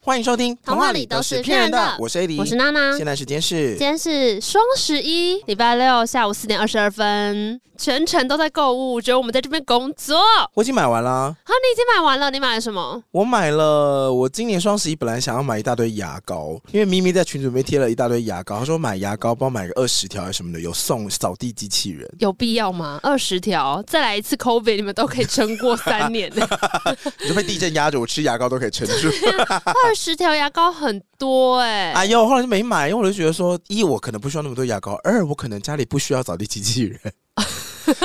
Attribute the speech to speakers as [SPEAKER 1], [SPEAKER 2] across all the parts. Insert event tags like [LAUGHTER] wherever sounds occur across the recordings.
[SPEAKER 1] 欢迎收听《
[SPEAKER 2] 童话里都是骗人的
[SPEAKER 1] 我是 A 迪，
[SPEAKER 2] 我是娜娜。
[SPEAKER 1] 现
[SPEAKER 2] 今
[SPEAKER 1] 在时间是
[SPEAKER 2] 天是双十一，礼拜六下午四点二十二分，全程都在购物，只有我们在这边工作。啊，
[SPEAKER 1] 我已经买完啦。
[SPEAKER 2] 你已经买完了，你买了什么？
[SPEAKER 1] 我买了，我今年双十一本来想要买一大堆牙膏，因为咪咪在群组里面贴了一大堆牙膏，她说买牙膏帮我买个二十条还是什么的，有送扫地机器人。
[SPEAKER 2] 有必要吗？二十条，再来一次 COVID，你们都可以撑
[SPEAKER 1] [LAUGHS]
[SPEAKER 2] 过三年。
[SPEAKER 1] 你就被地震压着，我吃牙膏都可以撑
[SPEAKER 2] [LAUGHS]
[SPEAKER 1] 住。
[SPEAKER 2] 二十条牙膏很多哎、
[SPEAKER 1] 哎呦，后来就没买，因为我就觉得说，一我可能不需要那么多牙膏，二我可能家里不需要扫地机器
[SPEAKER 2] [LAUGHS]
[SPEAKER 1] 人，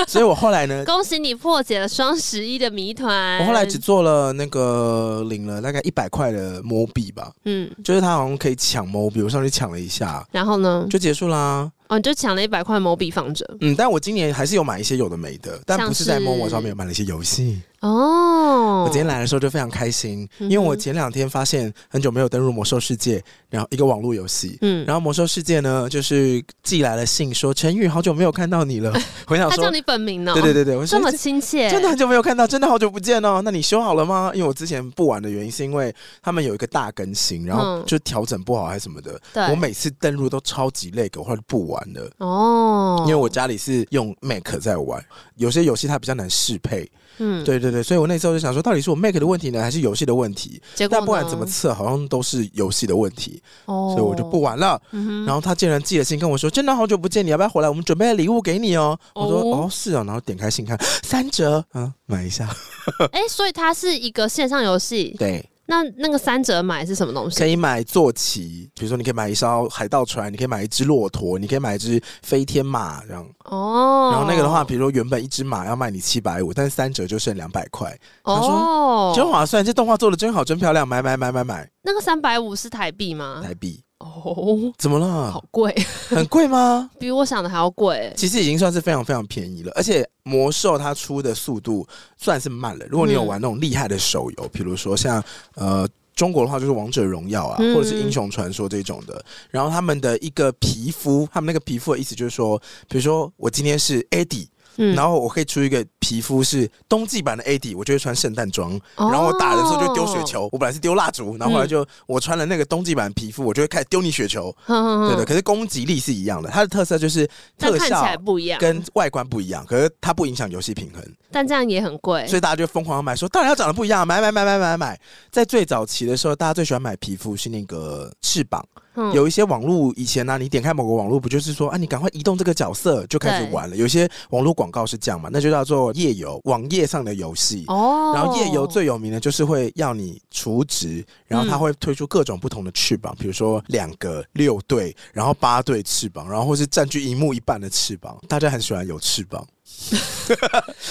[SPEAKER 1] 所以我后来呢，
[SPEAKER 2] 恭喜你破解了双十一的谜团。
[SPEAKER 1] 我后来只做了那个领了大概一百块的摸笔吧，
[SPEAKER 2] 嗯，
[SPEAKER 1] 就是他好像可以抢某笔，我上去抢了一下
[SPEAKER 2] 然后呢？
[SPEAKER 1] 就结束啦。
[SPEAKER 2] 哦，你就抢了一百块毛笔放着。
[SPEAKER 1] 嗯，但我今年还是有买一些有的没的，但不是在
[SPEAKER 2] 像是
[SPEAKER 1] Momo 上面有买了一些游戏。
[SPEAKER 2] 哦，嗯
[SPEAKER 1] 我今天来的时候就非常开心，因为我前两天发现很久没有登入魔兽世界，然后一个网络游戏。
[SPEAKER 2] 嗯，
[SPEAKER 1] 然后魔兽世界呢，就是寄来了信说陈宇好久没有看到你了，我想
[SPEAKER 2] [LAUGHS] 他
[SPEAKER 1] 说
[SPEAKER 2] 叫，你本名呢、
[SPEAKER 1] 对对对对，我
[SPEAKER 2] 这
[SPEAKER 1] 说
[SPEAKER 2] 么
[SPEAKER 1] 真
[SPEAKER 2] 亲切，
[SPEAKER 1] 真的很久没有看到，真的好久不见哦。那你修好了吗？因为我之前不玩的原因是因为他们有一个大更新，然后
[SPEAKER 2] 嗯
[SPEAKER 1] 就调整不好还是什么的，
[SPEAKER 2] 对
[SPEAKER 1] 我每次登录都超级累，我后来就不玩了。
[SPEAKER 2] 哦，
[SPEAKER 1] 因为我家里是用 Mac 在玩，有些游戏它比较难适配，
[SPEAKER 2] 嗯，
[SPEAKER 1] 对对对，所以我那时候就想说，到底是我 Mac 的问题呢，还是游戏的问题？
[SPEAKER 2] 结果
[SPEAKER 1] 但
[SPEAKER 2] 呢
[SPEAKER 1] 不管怎么，测，好像都是游戏的问题，
[SPEAKER 2] 哦
[SPEAKER 1] 所以我就不玩了。
[SPEAKER 2] 嗯哼，
[SPEAKER 1] 然后他竟然寄了信跟我说：“真的好久不见，你要不要回来？我们准备了礼物给你哦。”我说：“
[SPEAKER 2] 哦
[SPEAKER 1] 哦，是哦。”然后点开信看， [GASPS] 三折，嗯，买一下。
[SPEAKER 2] [LAUGHS] 哎、所以它是一个线上游戏，
[SPEAKER 1] 对，
[SPEAKER 2] 那那个三折买是什么东西？
[SPEAKER 1] 可以买坐骑，比如说你可以买一艘海盗船，你可以买一只骆驼，你可以买一只飞天马这样。
[SPEAKER 2] 哦，
[SPEAKER 1] 然后那个的话，比如说原本一只马要卖你七百五，但是三折就剩两百块，他说
[SPEAKER 2] 哦，
[SPEAKER 1] 真划算！这动画做的真好，真漂亮，买买买买买
[SPEAKER 2] 那个三百五是台币吗？
[SPEAKER 1] 台币，
[SPEAKER 2] 哦，
[SPEAKER 1] 怎么了
[SPEAKER 2] 好？贵， [LAUGHS]
[SPEAKER 1] 很贵吗？
[SPEAKER 2] 比我想的还要贵。
[SPEAKER 1] 其实已经算是非常非常便宜了，而且魔兽它出的速度算是慢了。如果你有玩那种厉害的手游，比如说像呃。中国的话就是王者荣耀啊，
[SPEAKER 2] 嗯
[SPEAKER 1] 或者是英雄传说这种的。然后他们的一个皮肤，他们那个皮肤的意思就是说，比如说我今天是 AD，、
[SPEAKER 2] 嗯
[SPEAKER 1] 然后我可以出一个皮肤是冬季版的 AD，我就会穿圣诞装，
[SPEAKER 2] 哦
[SPEAKER 1] 然后我打人的时候就丢雪，球。我本来是丢蜡烛，然后后
[SPEAKER 2] 嗯
[SPEAKER 1] 来就、我穿了那个冬季版皮肤，我就会开始丢你雪球。
[SPEAKER 2] 哼哼
[SPEAKER 1] 对
[SPEAKER 2] 哼
[SPEAKER 1] 的，，可是攻击力是一样的，它的特色就是
[SPEAKER 2] 嗯但
[SPEAKER 1] 特
[SPEAKER 2] 看起来
[SPEAKER 1] 效
[SPEAKER 2] 不一样，
[SPEAKER 1] 跟外观不一样，可是它不影响游戏平衡，
[SPEAKER 2] 但这样也很贵
[SPEAKER 1] 所。以大家就疯狂地买，说当然要长得不一样，啊买买买买买买。在最早期的时候，大家最喜欢买皮肤是那个翅膀，
[SPEAKER 2] 嗯
[SPEAKER 1] 有一些网络以前呢、啊你点开某个网络不就是说啊，你赶快移动这个角色就开始
[SPEAKER 2] 对
[SPEAKER 1] 玩了，有些网络广告是这样嘛，那就叫做页游，网页上的游戏。
[SPEAKER 2] 哦，
[SPEAKER 1] 然后夜游最有名的就是会要你除值，然后它会推出各种不同的翅膀，比如说两个、六对，然后八对翅膀，然后或是占据荧幕一半的翅膀，大家很喜欢有翅膀。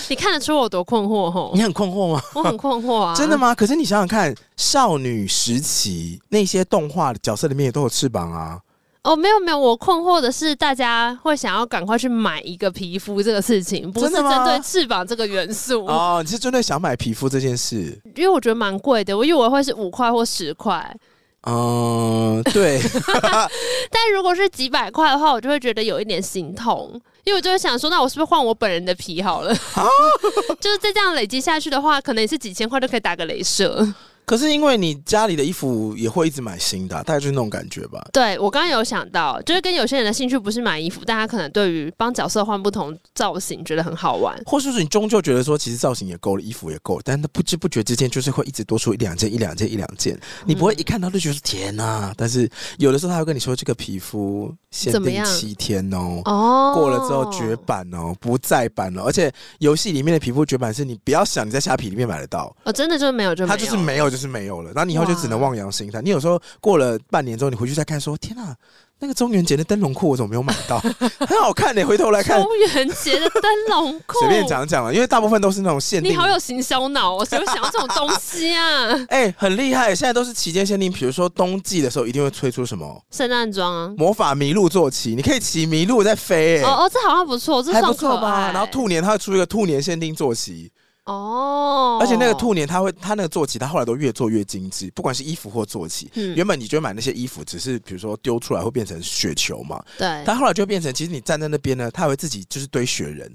[SPEAKER 2] 你看得出我多困惑吼
[SPEAKER 1] [LAUGHS] 你，很困惑吗？
[SPEAKER 2] 我很困惑啊，
[SPEAKER 1] 真的？吗？可是你想想看，少女时期那些动画角色里面也都有翅膀啊。
[SPEAKER 2] 哦，没有没有，我困惑的是大家会想要赶快去买一个皮肤这个事情，不是
[SPEAKER 1] 真的吗
[SPEAKER 2] 针对翅膀这个元素。
[SPEAKER 1] 哦，你是针对想买皮肤这件事？
[SPEAKER 2] 因为我觉得蛮贵的，我以为会是五块或十块，
[SPEAKER 1] 嗯， [LAUGHS] 对，
[SPEAKER 2] 但如果是几百块的话，我就会觉得有一点心痛，因为我就会想说，那我是不是换我本人的皮好了？
[SPEAKER 1] 啊
[SPEAKER 2] [LAUGHS] 就是再这样累积下去的话，可能也是几千块就可以打个镭射。
[SPEAKER 1] 可是因为你家里的衣服也会一直买新的啊、大概就是那种感觉吧。
[SPEAKER 2] 对我刚刚有想到，就是跟有些人的兴趣不是买衣服，但他可能对于帮角色换不同造型觉得很好玩。
[SPEAKER 1] 或是你终究觉得说，其实造型也够了，衣服也够了，但是不知不觉之间就是会一直多出一两件、一两件、一两
[SPEAKER 2] 嗯
[SPEAKER 1] 件，你不会一看到就觉得天呐、但是有的时候他会跟你说，这个皮肤限
[SPEAKER 2] 怎么
[SPEAKER 1] 定
[SPEAKER 2] 样
[SPEAKER 1] 七天哦。
[SPEAKER 2] 哦，
[SPEAKER 1] 过了之后绝版哦，不再版了。而且游戏里面的皮肤绝版是你不要想你在虾皮里面买得到，
[SPEAKER 2] 哦，真的就是没有就没
[SPEAKER 1] 它
[SPEAKER 2] 有，
[SPEAKER 1] 就是没有就是没有了。那你以后就只能望洋兴叹。你有时候过了半年之后，你回去再看说，天呐、那个中元节的灯笼裤我怎么没有买到？ [LAUGHS] 很好看呢、欸回头来
[SPEAKER 2] [LAUGHS]
[SPEAKER 1] 看，
[SPEAKER 2] 中元节的灯笼裤，
[SPEAKER 1] 随便，讲啊讲了，因为大部分都是那种限定。
[SPEAKER 2] 你好有行销脑哦，谁会想到这种东西啊？
[SPEAKER 1] 哎、很厉害！现在都是期间限定，比如说冬季的时候一定会推出什么
[SPEAKER 2] 圣诞装啊，
[SPEAKER 1] 魔法麋鹿坐骑，你可以骑麋鹿在飞、哎、
[SPEAKER 2] 哦哦，这好像不错，这
[SPEAKER 1] 还
[SPEAKER 2] 算哎
[SPEAKER 1] 不
[SPEAKER 2] 可
[SPEAKER 1] 错
[SPEAKER 2] 爱。
[SPEAKER 1] 吧？然后兔年它会出一个兔年限定坐骑，
[SPEAKER 2] 哦，
[SPEAKER 1] 而且那个兔年它会它那个坐骑，它后来都越做越精致，不管是衣服或坐骑。
[SPEAKER 2] 嗯
[SPEAKER 1] 原本你觉得买那些衣服，只是比如说丢出来会变成雪球嘛，
[SPEAKER 2] 对，
[SPEAKER 1] 它后来就变成，其实你站在那边呢，它还会自己就是堆
[SPEAKER 2] [LAUGHS]
[SPEAKER 1] 雪人，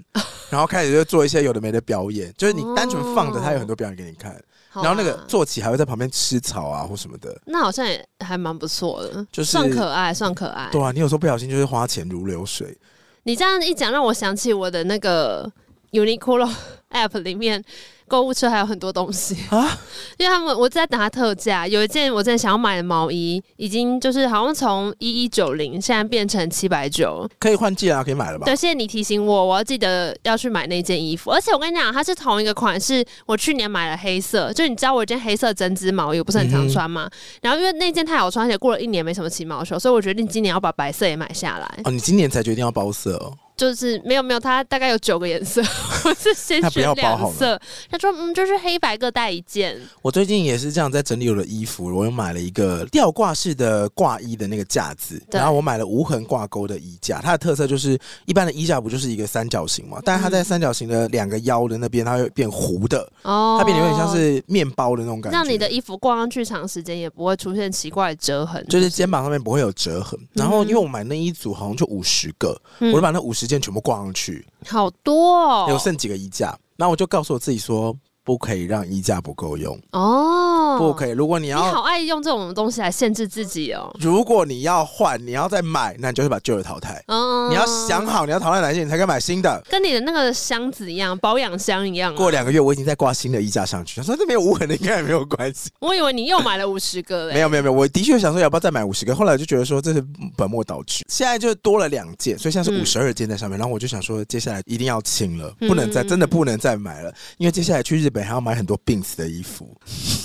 [SPEAKER 1] 然后开始就做一些有的没的表演，就是你单纯放着，
[SPEAKER 2] 哦
[SPEAKER 1] 它有很多表演给你看。
[SPEAKER 2] 好啊
[SPEAKER 1] 然后那个坐骑还会在旁边吃草啊或什么的。
[SPEAKER 2] 那好像也还蛮不错的，
[SPEAKER 1] 就是
[SPEAKER 2] 算可爱，算可爱。
[SPEAKER 1] 对啊，你有时候不小心就是花钱如流水。
[SPEAKER 2] 你这样一讲，让我想起我的那个 Uniqlo [LAUGHS] App 里面购物车还有很多东西
[SPEAKER 1] 啊
[SPEAKER 2] 啊， [LAUGHS] 因为他们我在等它特价，有一件我真的想要买的毛衣，已经就是好像从一一九零现在变成七百九。
[SPEAKER 1] 可以换季啊，可以买了吧？
[SPEAKER 2] 对，谢谢你提醒我，我要记得要去买那件衣服。而且我跟你讲，它是同一个款式，我去年买了黑色，就你知道我有一件黑色针织毛衣，我不是很常穿
[SPEAKER 1] 嗯
[SPEAKER 2] 嘛。然后因为那件太好穿，而且过了一年没什么起毛球，所以我决定今年要把白色也买下来。
[SPEAKER 1] 哦，你今年才决定要包色哦，
[SPEAKER 2] 就是没有没有，它大概有九个颜色，我是先
[SPEAKER 1] 那不要
[SPEAKER 2] 选
[SPEAKER 1] 包好
[SPEAKER 2] 两
[SPEAKER 1] 了
[SPEAKER 2] 色。他说嗯，就是黑白各带一件。
[SPEAKER 1] 我最近也是这样在整理我的衣服，我又买了一个吊挂式的挂衣的那个架子，
[SPEAKER 2] 对
[SPEAKER 1] 然后我买了无痕挂钩的衣架。它的特色就是一般的衣架不就是一个三角形嘛，但是它
[SPEAKER 2] 嗯
[SPEAKER 1] 在三角形的两个腰的那边，它会变弧的，
[SPEAKER 2] 哦，
[SPEAKER 1] 它变得有点像是面包的那种感觉，
[SPEAKER 2] 让你的衣服挂上去长时间也不会出现奇怪的折痕。
[SPEAKER 1] 就是肩膀上面不会有折痕。然
[SPEAKER 2] 嗯
[SPEAKER 1] 后因为我买那一组好像就五十个，我就把那五十件全部挂上去，
[SPEAKER 2] 好多哦，
[SPEAKER 1] 有剩几个衣架，然后我就告诉我自己说，不可以让衣架不够用，
[SPEAKER 2] 哦，
[SPEAKER 1] 不可以。如果你
[SPEAKER 2] 你
[SPEAKER 1] 要
[SPEAKER 2] 好爱用这种东西来限制自己哦。
[SPEAKER 1] 如果你要换，你要再买，那你就是把旧的淘汰。
[SPEAKER 2] 嗯，
[SPEAKER 1] 你要想好你要淘汰哪些，你才可以买新的。
[SPEAKER 2] 跟你的那个箱子一样，保养箱一样啊、
[SPEAKER 1] 过两个月，我已经在挂新的衣架上去。他说：“这没有无痕的，应该也没有关系。
[SPEAKER 2] 我以为你又买了五十个
[SPEAKER 1] [LAUGHS]
[SPEAKER 2] 嘞、
[SPEAKER 1] 没有，没有，没有。我的确想说要不要再买五十个，后来我就觉得说这是本末倒置。现在就多了两件，所以现在是
[SPEAKER 2] 嗯
[SPEAKER 1] 五十二件在上面。然后我就想说，接下来一定要清了，
[SPEAKER 2] 嗯
[SPEAKER 1] 不能再
[SPEAKER 2] 嗯嗯
[SPEAKER 1] 真的不能再买了，因为接下来去日本还要买很多 Bins 的衣服。 [LAUGHS]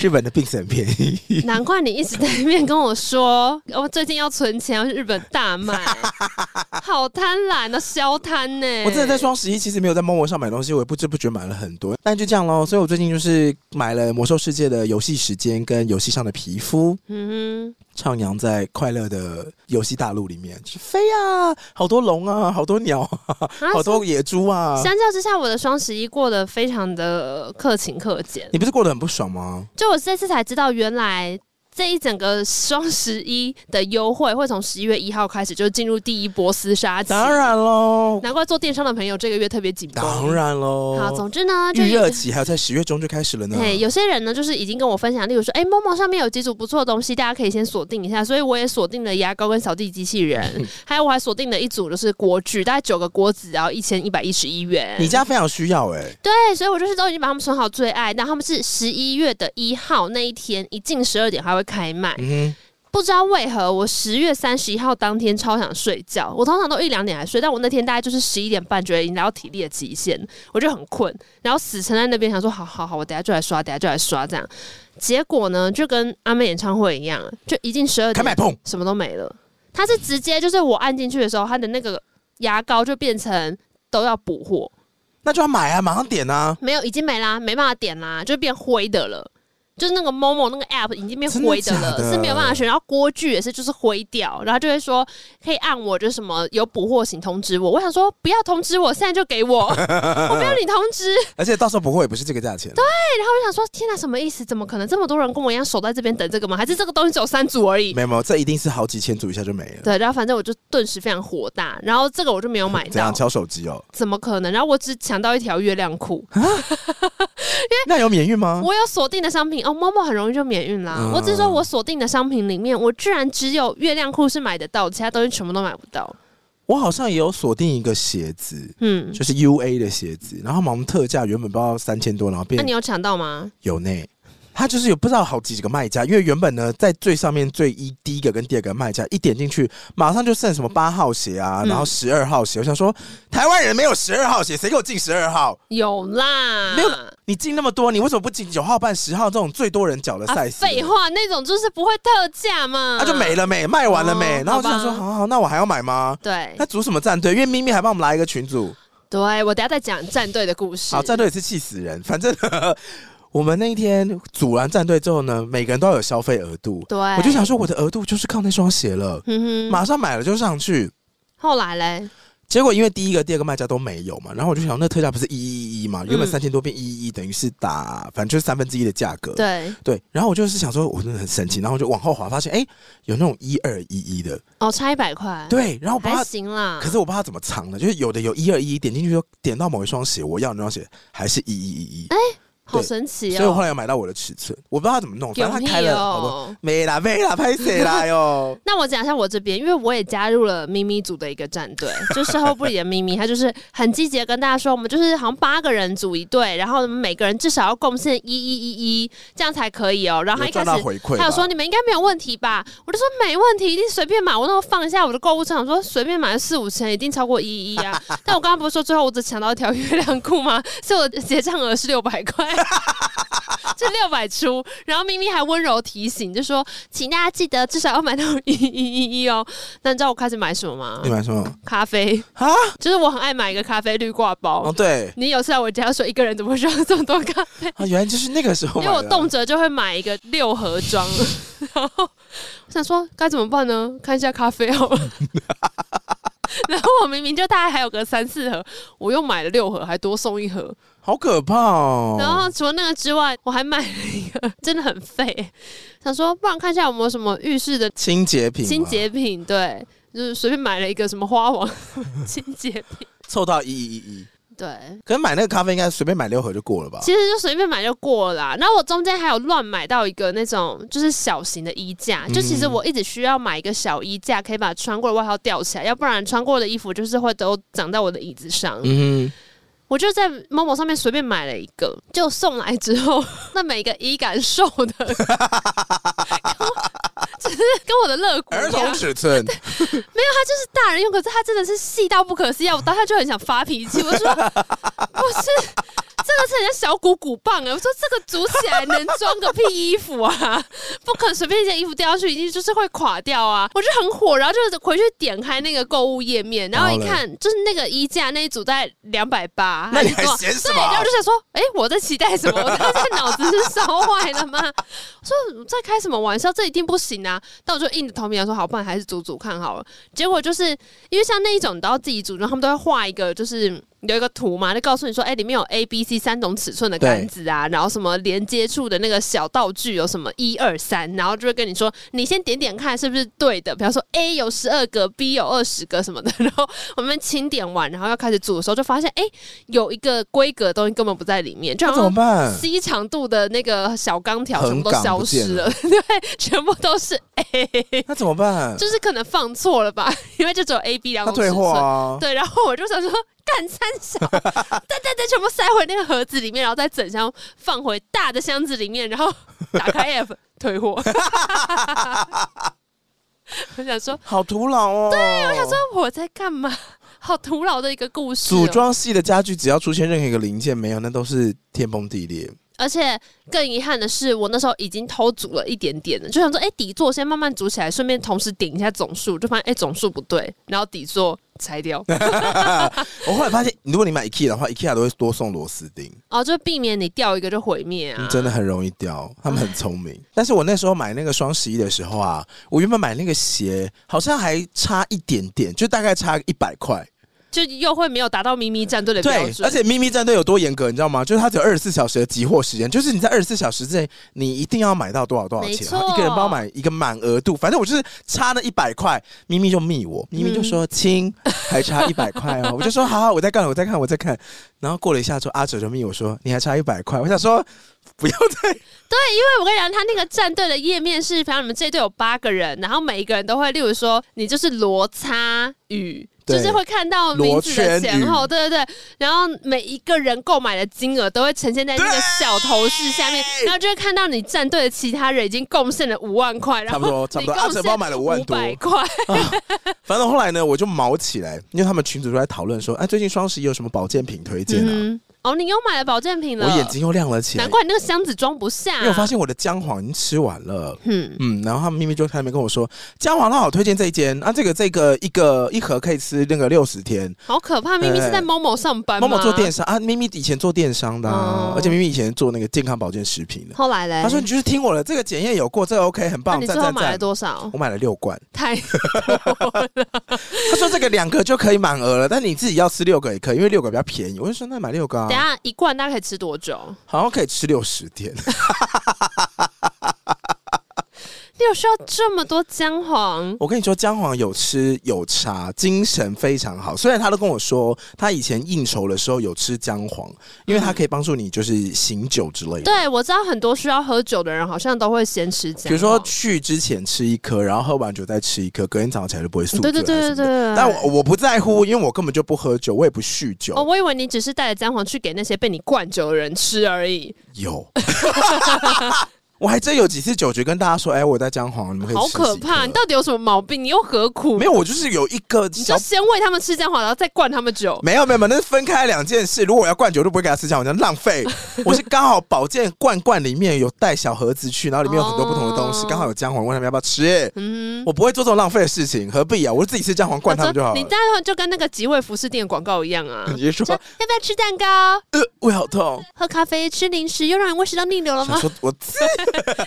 [SPEAKER 1] 日本的 Bins 很便宜，
[SPEAKER 2] 难怪你一直在那边跟我说， [LAUGHS] 我、最近要存钱要去日本大卖，
[SPEAKER 1] [LAUGHS]
[SPEAKER 2] 好贪婪的消贪呢、
[SPEAKER 1] 我真的在双十一其实没有在 Momo 上买东西，我也不知不觉买了很多，但就这样喽。所以我最近就是买了《魔兽世界》的游戏时间跟游戏上的皮肤，
[SPEAKER 2] 嗯
[SPEAKER 1] 徜徉在快乐的游戏大陆里面，就是飞啊，好多龙啊，好多鸟啊，
[SPEAKER 2] 哼，啊
[SPEAKER 1] 好多野猪啊。
[SPEAKER 2] 相较之下，我的双十一过得非常的克勤克俭。
[SPEAKER 1] 你不是过得很不爽吗？
[SPEAKER 2] 就我这次才知道，原来这一整个双十一的优惠会从十一月一号开始就进入第一波厮杀期。
[SPEAKER 1] 当，然喽，
[SPEAKER 2] 难怪做电商的朋友这个月特别紧绷。
[SPEAKER 1] 当然喽。
[SPEAKER 2] 好，总之呢，就
[SPEAKER 1] 预
[SPEAKER 2] 是
[SPEAKER 1] 热期还有在十月中就开始了呢。
[SPEAKER 2] 对，有些人呢，就是已经跟我分享，例如说，哎、某某上面有几组不错的东西，大家可以先锁定一下。所以我也锁定了牙膏跟扫地机器人，
[SPEAKER 1] [LAUGHS]
[SPEAKER 2] 还有我还锁定了一组就是锅具，大概九个锅子，然后一千一百一十一元。
[SPEAKER 1] 你家非常需要哎、
[SPEAKER 2] 对，所以我就是都已经把他们选好最爱，然后他们是十一月的一号那一天，一近十二点还会开卖。
[SPEAKER 1] 嗯
[SPEAKER 2] 不知道为何，我十月三十一号当天超想睡觉，我通常都一两点才睡，但我那天大概就是十一点半，觉得已经来到体力的极限，我就很困，然后死撑在那边，想说好好好，我等下就来刷，等下就来刷这样。结果呢，就跟阿妹演唱会一样，就一进十二
[SPEAKER 1] 哼，开
[SPEAKER 2] 点
[SPEAKER 1] 麦，碰。
[SPEAKER 2] 什么都没了。它是直接就是我按进去的时候，它的那个牙膏就变成都要补货，
[SPEAKER 1] 那就要买啊，马上点啊！
[SPEAKER 2] 没有已经没啦，没办法点啦，就变灰的了。就是那个 Momo 那个 app 已经变灰了，
[SPEAKER 1] 真的假的
[SPEAKER 2] 是没有办法选。然后锅具也是，就是灰掉，然后就会说可以按我，就什么有补货请通知我。我想说不要通知我，现在就给我，
[SPEAKER 1] [LAUGHS]
[SPEAKER 2] 我不要你通知。
[SPEAKER 1] 而且到时候不会也不是这个价钱。对，
[SPEAKER 2] 我想说天哪，什么意思？怎么可能这么多人跟我一样守在这边等这个吗？还是这个东西只有三组而已？
[SPEAKER 1] 没有没有，这一定是好几千组以下就没了。
[SPEAKER 2] 对，然后反正我就顿时非常火大，然后这个我就没有买
[SPEAKER 1] 怎样
[SPEAKER 2] 到，
[SPEAKER 1] 敲手机哦？
[SPEAKER 2] 怎么可能？然后我只抢到一条月亮裤，
[SPEAKER 1] 那有免运吗？
[SPEAKER 2] 我有锁定的商品哦，Momo 很容易就免运啦。
[SPEAKER 1] 嗯
[SPEAKER 2] 我只是说我锁定的商品里面，我居然只有月亮裤是买得到，其他东西全部都买不到。
[SPEAKER 1] 我好像也有锁定一个鞋子，
[SPEAKER 2] 嗯，
[SPEAKER 1] 就是 U A 的鞋子，然后我们特价原本不知道三千多，然后
[SPEAKER 2] 那
[SPEAKER 1] 变
[SPEAKER 2] 你有抢到吗？
[SPEAKER 1] 有内。它就是有不知道好几个卖家，因为原本呢在最上面最一第一个跟第二个卖家一点进去，马上就剩什么八号鞋啊，
[SPEAKER 2] 嗯
[SPEAKER 1] 然后十二号鞋。我想说，台湾人没有十二号鞋，谁给我进十二号？
[SPEAKER 2] 有啦，啊
[SPEAKER 1] 没有你进那么多，你为什么不进九号半、十号这种最多人缴的
[SPEAKER 2] 啊，
[SPEAKER 1] 赛事？
[SPEAKER 2] 废话，那种就是不会特价嘛，
[SPEAKER 1] 那、啊就没了没，卖完了没？
[SPEAKER 2] 哦
[SPEAKER 1] 然后我就想说，
[SPEAKER 2] 好吧
[SPEAKER 1] 好好，那我还要买吗？
[SPEAKER 2] 对
[SPEAKER 1] 那组什么战队？因为咪咪还帮我们来一个群组，
[SPEAKER 2] 对，我等一下再讲战队的故
[SPEAKER 1] [LAUGHS]
[SPEAKER 2] 事。
[SPEAKER 1] 好，战队也是气死人。反正 [LAUGHS] 我们那一天组完战队之后呢，每个人都要有消费额度。
[SPEAKER 2] 对，
[SPEAKER 1] 我就想，说，我的额度就是靠那双鞋了，
[SPEAKER 2] 哎嗯哼，
[SPEAKER 1] 马上买了就上去。
[SPEAKER 2] 后来嘞，
[SPEAKER 1] 结果因为第一个、第二个卖家都没有嘛，然后我就想，那特价不是一一一嘛，原本
[SPEAKER 2] 嗯
[SPEAKER 1] 三千多变一一一，等于是打反正就是三分之一的价格。
[SPEAKER 2] 对，
[SPEAKER 1] 对然后我就是想说，我真的很神奇，然后我就往后滑，发现哎、有那种一二一一的，
[SPEAKER 2] 哦，差一百块，，
[SPEAKER 1] 对，然后我不知道
[SPEAKER 2] 还行啦。
[SPEAKER 1] 可是我不知道它怎么
[SPEAKER 2] 哎
[SPEAKER 1] 藏的，就是有的有一二一，点进去说点到某一双鞋，我要那双鞋还是一一一一，
[SPEAKER 2] 好神奇
[SPEAKER 1] 所以我后
[SPEAKER 2] 哦！
[SPEAKER 1] 来有买到我的尺寸，我不知道他怎么弄，反
[SPEAKER 2] 有
[SPEAKER 1] 正
[SPEAKER 2] 你
[SPEAKER 1] 他开了，好多
[SPEAKER 2] 哦！？
[SPEAKER 1] 没啦没啦，拍谁啦哟
[SPEAKER 2] 那我讲一下我这边，因为我也加入了咪咪组的一个战
[SPEAKER 1] [LAUGHS]
[SPEAKER 2] 队，就售后部里的咪咪，她就是很积极的跟大家说，我们就是好像八个人组一队，然后每个人至少要贡献一一一一，这样才可以哦。 [LAUGHS] 然后她
[SPEAKER 1] 有
[SPEAKER 2] 一开
[SPEAKER 1] 赚
[SPEAKER 2] 始
[SPEAKER 1] 到回馈吧，
[SPEAKER 2] 他有说你们应该没有问题吧？我就说没问题，一定随便买。我那我放一下我的购物车，我说随便买四五千，一定超过一一
[SPEAKER 1] [LAUGHS]
[SPEAKER 2] 啊。但我刚刚不是说最后我只抢到一条月亮裤吗？所以我的结账额是六百块。这六百出，然后咪咪还温柔提醒，就说请大家记得至少要买到一一一一哦。那你知道我开始买什么吗
[SPEAKER 1] 你？买什么
[SPEAKER 2] 咖啡，
[SPEAKER 1] 啊？
[SPEAKER 2] 就是我很爱买一个咖啡绿挂包。
[SPEAKER 1] 哦，对
[SPEAKER 2] 你有次来我家说一个人怎么需要这么多咖啡？
[SPEAKER 1] 啊，原来就是那个时候
[SPEAKER 2] 因
[SPEAKER 1] 买
[SPEAKER 2] 为
[SPEAKER 1] 的
[SPEAKER 2] 我动辄就会买一个六盒装， [LAUGHS] 然后我想说该怎么办呢？看一下咖啡好
[SPEAKER 1] [LAUGHS]
[SPEAKER 2] 了。然后我明明就大概还有个三四盒，我又买了六盒，还多送一盒。
[SPEAKER 1] 好可怕哦。
[SPEAKER 2] 然后除了那个之外，我还买了一个，真的很废。想说不然看一下有没有什么浴室的
[SPEAKER 1] 清洁品嘛，
[SPEAKER 2] 清洁品，对，就是随便买了一个什么花王 [LAUGHS] 清洁品，
[SPEAKER 1] 凑到一一一一，
[SPEAKER 2] 对，
[SPEAKER 1] 可能买那个咖啡应该随便买六盒就过了吧？
[SPEAKER 2] 其实就随便买就过了啦。然后我中间还有乱买到一个那种就是小型的衣架，就其实
[SPEAKER 1] 嗯
[SPEAKER 2] 我一直需要买一个小衣架，可以把穿过的外套吊起来，要不然穿过的衣服就是会都长在我的椅子上。
[SPEAKER 1] 嗯
[SPEAKER 2] 我就在某某上面随便买了一个，就送来之后， [LAUGHS] 那每个衣感受的， [LAUGHS] 跟我只是跟我的肋骨
[SPEAKER 1] 哼，
[SPEAKER 2] 一
[SPEAKER 1] 儿
[SPEAKER 2] 样，
[SPEAKER 1] 童尺寸，
[SPEAKER 2] 是大人用，可是它真的是细到不可思议啊！我当下就很想发脾气，我说 [LAUGHS] 不是。这个是人家小鼓鼓棒哎！我说这个组起来能装个屁衣服啊？不可能随便一件衣服掉下去，一定就是会垮掉啊！我就很火，然后就回去点开那个购物页面，然后一
[SPEAKER 1] 然后嘞
[SPEAKER 2] 看就是那个衣架那一组在两百八，
[SPEAKER 1] 那你还
[SPEAKER 2] 多少
[SPEAKER 1] 嫌什
[SPEAKER 2] 对，然后
[SPEAKER 1] 么
[SPEAKER 2] 我就？想说，哎、我在期待什么？我当时脑子是烧坏了吗？我说在开什么玩笑？这一定不行啊！但我就硬着头皮想说，好，不然还是煮煮看好了。结果就是因为像那一种你都要自己煮，然后他们都会画一个，就是有一个图嘛，就告诉你说，哎、里面有 A、B、C 三种尺寸的杆子啊，然后什么连接处的那个小道具有什么一二三，然后就会跟你说，你先点点看是不是对的。比方说 A 有十二个，B 有二十个什么的， [LAUGHS] 然后我们清点完，然后要开始煮的时候，就发现，哎、有一个规格的东西根本不在里面，就
[SPEAKER 1] 那
[SPEAKER 2] 好
[SPEAKER 1] 怎么
[SPEAKER 2] 像
[SPEAKER 1] 办？
[SPEAKER 2] C 长度的那个小钢条全部都
[SPEAKER 1] 横杠
[SPEAKER 2] 消
[SPEAKER 1] 不见
[SPEAKER 2] 失
[SPEAKER 1] 了
[SPEAKER 2] 了， [LAUGHS] 对，全部都是 A，
[SPEAKER 1] 那怎么办？
[SPEAKER 2] 就是可能放错了吧， [LAUGHS] 因为就只有 A、B 两
[SPEAKER 1] 他
[SPEAKER 2] 种尺
[SPEAKER 1] 退货
[SPEAKER 2] 寸。
[SPEAKER 1] 啊，
[SPEAKER 2] 对，然后我就想说，干三
[SPEAKER 1] [LAUGHS]
[SPEAKER 2] 小，对对对，全部塞回那个盒子里面，然后再整箱放回大的箱子里面，然后打
[SPEAKER 1] [LAUGHS]
[SPEAKER 2] 开 App 退货。 [LAUGHS] 我想说，
[SPEAKER 1] 好徒劳哦。对，我想说，
[SPEAKER 2] 啊我在干嘛？好徒劳的一个故事、哦，
[SPEAKER 1] 组装系的家具只要出现任何一个零件没有，那都是天崩地裂。
[SPEAKER 2] 而且更遗憾的是，我那时候已经偷煮了一点点了，就想说，哎、底座先慢慢煮起来，顺便同时顶一下总数，就发现哎、总数不对，然后底座拆掉，
[SPEAKER 1] 我后来发现，如果你买 IKEA 的话，IKEA 都会多送螺丝钉，
[SPEAKER 2] 哦，就避免你掉一个就毁灭啊，
[SPEAKER 1] 真的很容易掉。他们很聪明。 [LAUGHS] 但是我那时候买那个双十一的时候啊，我原本买那个鞋好像还差一点点，就大概差一百块。
[SPEAKER 2] 就又会没有达到咪咪战队的标
[SPEAKER 1] 对，
[SPEAKER 2] 准，
[SPEAKER 1] 而且咪咪战队有多严格，你知道吗？就是它只有二十四小时的集货时间，就是你在二十四小时之内，你一定要买到多少多少
[SPEAKER 2] 没
[SPEAKER 1] 钱，
[SPEAKER 2] 错
[SPEAKER 1] 然后一个人帮我买一个满额度，反正我就是差那一百块，咪咪就密我，咪咪就说
[SPEAKER 2] [LAUGHS]
[SPEAKER 1] 亲，还差一百块哦，我就说好好，我在看，我在看，我在看，然后过了一下之后，阿哲就密我说你还差一百块，我想说不要再
[SPEAKER 2] 对我跟你讲，他那个战队的页面是，比方你们这一队有八个人，然后每一个人都会，例如说你就是罗擦雨。就
[SPEAKER 1] 对
[SPEAKER 2] 是会看到名字的前后，
[SPEAKER 1] 罗
[SPEAKER 2] 对对对，然后每一个人购买的金额都会呈现在那个
[SPEAKER 1] 对
[SPEAKER 2] 小头饰下面，然后就会看到你战队的其他人已经贡献了五万块，然
[SPEAKER 1] 差不
[SPEAKER 2] 后
[SPEAKER 1] 多差不多，阿哲帮我买了五万多，
[SPEAKER 2] 百块，
[SPEAKER 1] 反正后来呢，我就毛起来，因为他们群主都在讨论说，哎、最近双十一有什么保健品推荐啊？
[SPEAKER 2] 嗯哼，哦，你又买了保健品了，
[SPEAKER 1] 我眼，睛又亮了起来
[SPEAKER 2] 难，怪你那啊个箱子装不下，
[SPEAKER 1] 因为我发现我的姜黄已经吃完了。
[SPEAKER 2] 嗯，
[SPEAKER 1] 嗯，然后他们咪咪就开门跟我说，姜黄辣好推荐这一间啊，这个这个一个一盒可以吃那个六十天。
[SPEAKER 2] 好可怕，明明是在某某上班，
[SPEAKER 1] 某某做电，商啊，咪咪以前做电商的、啊
[SPEAKER 2] 哦
[SPEAKER 1] 而且咪咪以前做那个健康保健食品的。
[SPEAKER 2] 后来嘞，
[SPEAKER 1] 他说你就是听我的，这个检验有过，这个 OK，很
[SPEAKER 2] 那
[SPEAKER 1] 棒，
[SPEAKER 2] 你
[SPEAKER 1] 赞
[SPEAKER 2] 最后
[SPEAKER 1] 赞
[SPEAKER 2] 买了
[SPEAKER 1] 赞。
[SPEAKER 2] 多少？
[SPEAKER 1] 我买了六罐，
[SPEAKER 2] 太
[SPEAKER 1] 他说这个两个就可以满额了，但你自己要吃六个也可以，因为六个比较便宜。我就说那买六个、
[SPEAKER 2] 等一
[SPEAKER 1] 啊，
[SPEAKER 2] 下一罐大概可以吃多久？
[SPEAKER 1] 好像可以吃六十天。
[SPEAKER 2] 你有需要这么多姜黄？
[SPEAKER 1] [LAUGHS] 我跟你说，姜黄有吃有茶，精神非常好。虽然他都跟我说，他以前应酬的时候有吃姜黄，因为它可以帮助你就是醒酒之类的。
[SPEAKER 2] 对，我知道很多需要喝酒的人好像都会先吃姜黄，
[SPEAKER 1] 比如说去之前吃一颗，然后喝完酒再吃一颗，隔天早上起来就不会宿醉。
[SPEAKER 2] 对对对对对。对
[SPEAKER 1] 但我我不在乎，因为我根本就不喝酒，我也不酗酒。
[SPEAKER 2] 哦，我以为你只是带着姜黄去给那些被你灌酒的人吃而已。
[SPEAKER 1] 有， [LAUGHS] 我还真有几次酒局跟大家说，哎、我带姜黄，你们可以
[SPEAKER 2] 好
[SPEAKER 1] 吃
[SPEAKER 2] 可
[SPEAKER 1] 几
[SPEAKER 2] 怕！
[SPEAKER 1] 颗
[SPEAKER 2] 你到底有什么毛病？你又何苦？
[SPEAKER 1] 没有，我就是有一个
[SPEAKER 2] 你
[SPEAKER 1] 小
[SPEAKER 2] 就先喂他们吃姜黄，然后再灌他们酒。
[SPEAKER 1] 没有没有，没有那是分开两件事。如果我要灌酒，我就不会给他吃姜，我就浪
[SPEAKER 2] [LAUGHS]
[SPEAKER 1] 费。我是刚好保健罐罐里面有带小盒子去，然后里面有很多不同的东西，
[SPEAKER 2] 哦
[SPEAKER 1] 刚好有姜黄，问他们要不要吃。
[SPEAKER 2] 嗯，
[SPEAKER 1] 我不会做这种浪费的事情，何必啊？我就自己吃姜黄灌他们就好
[SPEAKER 2] 你
[SPEAKER 1] 了。
[SPEAKER 2] 待会就跟那个集味服饰店的广告一样啊，
[SPEAKER 1] [LAUGHS] 你就
[SPEAKER 2] 说
[SPEAKER 1] 说
[SPEAKER 2] 要不要吃蛋糕、
[SPEAKER 1] 呃，胃好痛，
[SPEAKER 2] 喝咖啡、吃零食，又让人胃食道逆流了
[SPEAKER 1] [LAUGHS] 想
[SPEAKER 2] 吗？
[SPEAKER 1] 说我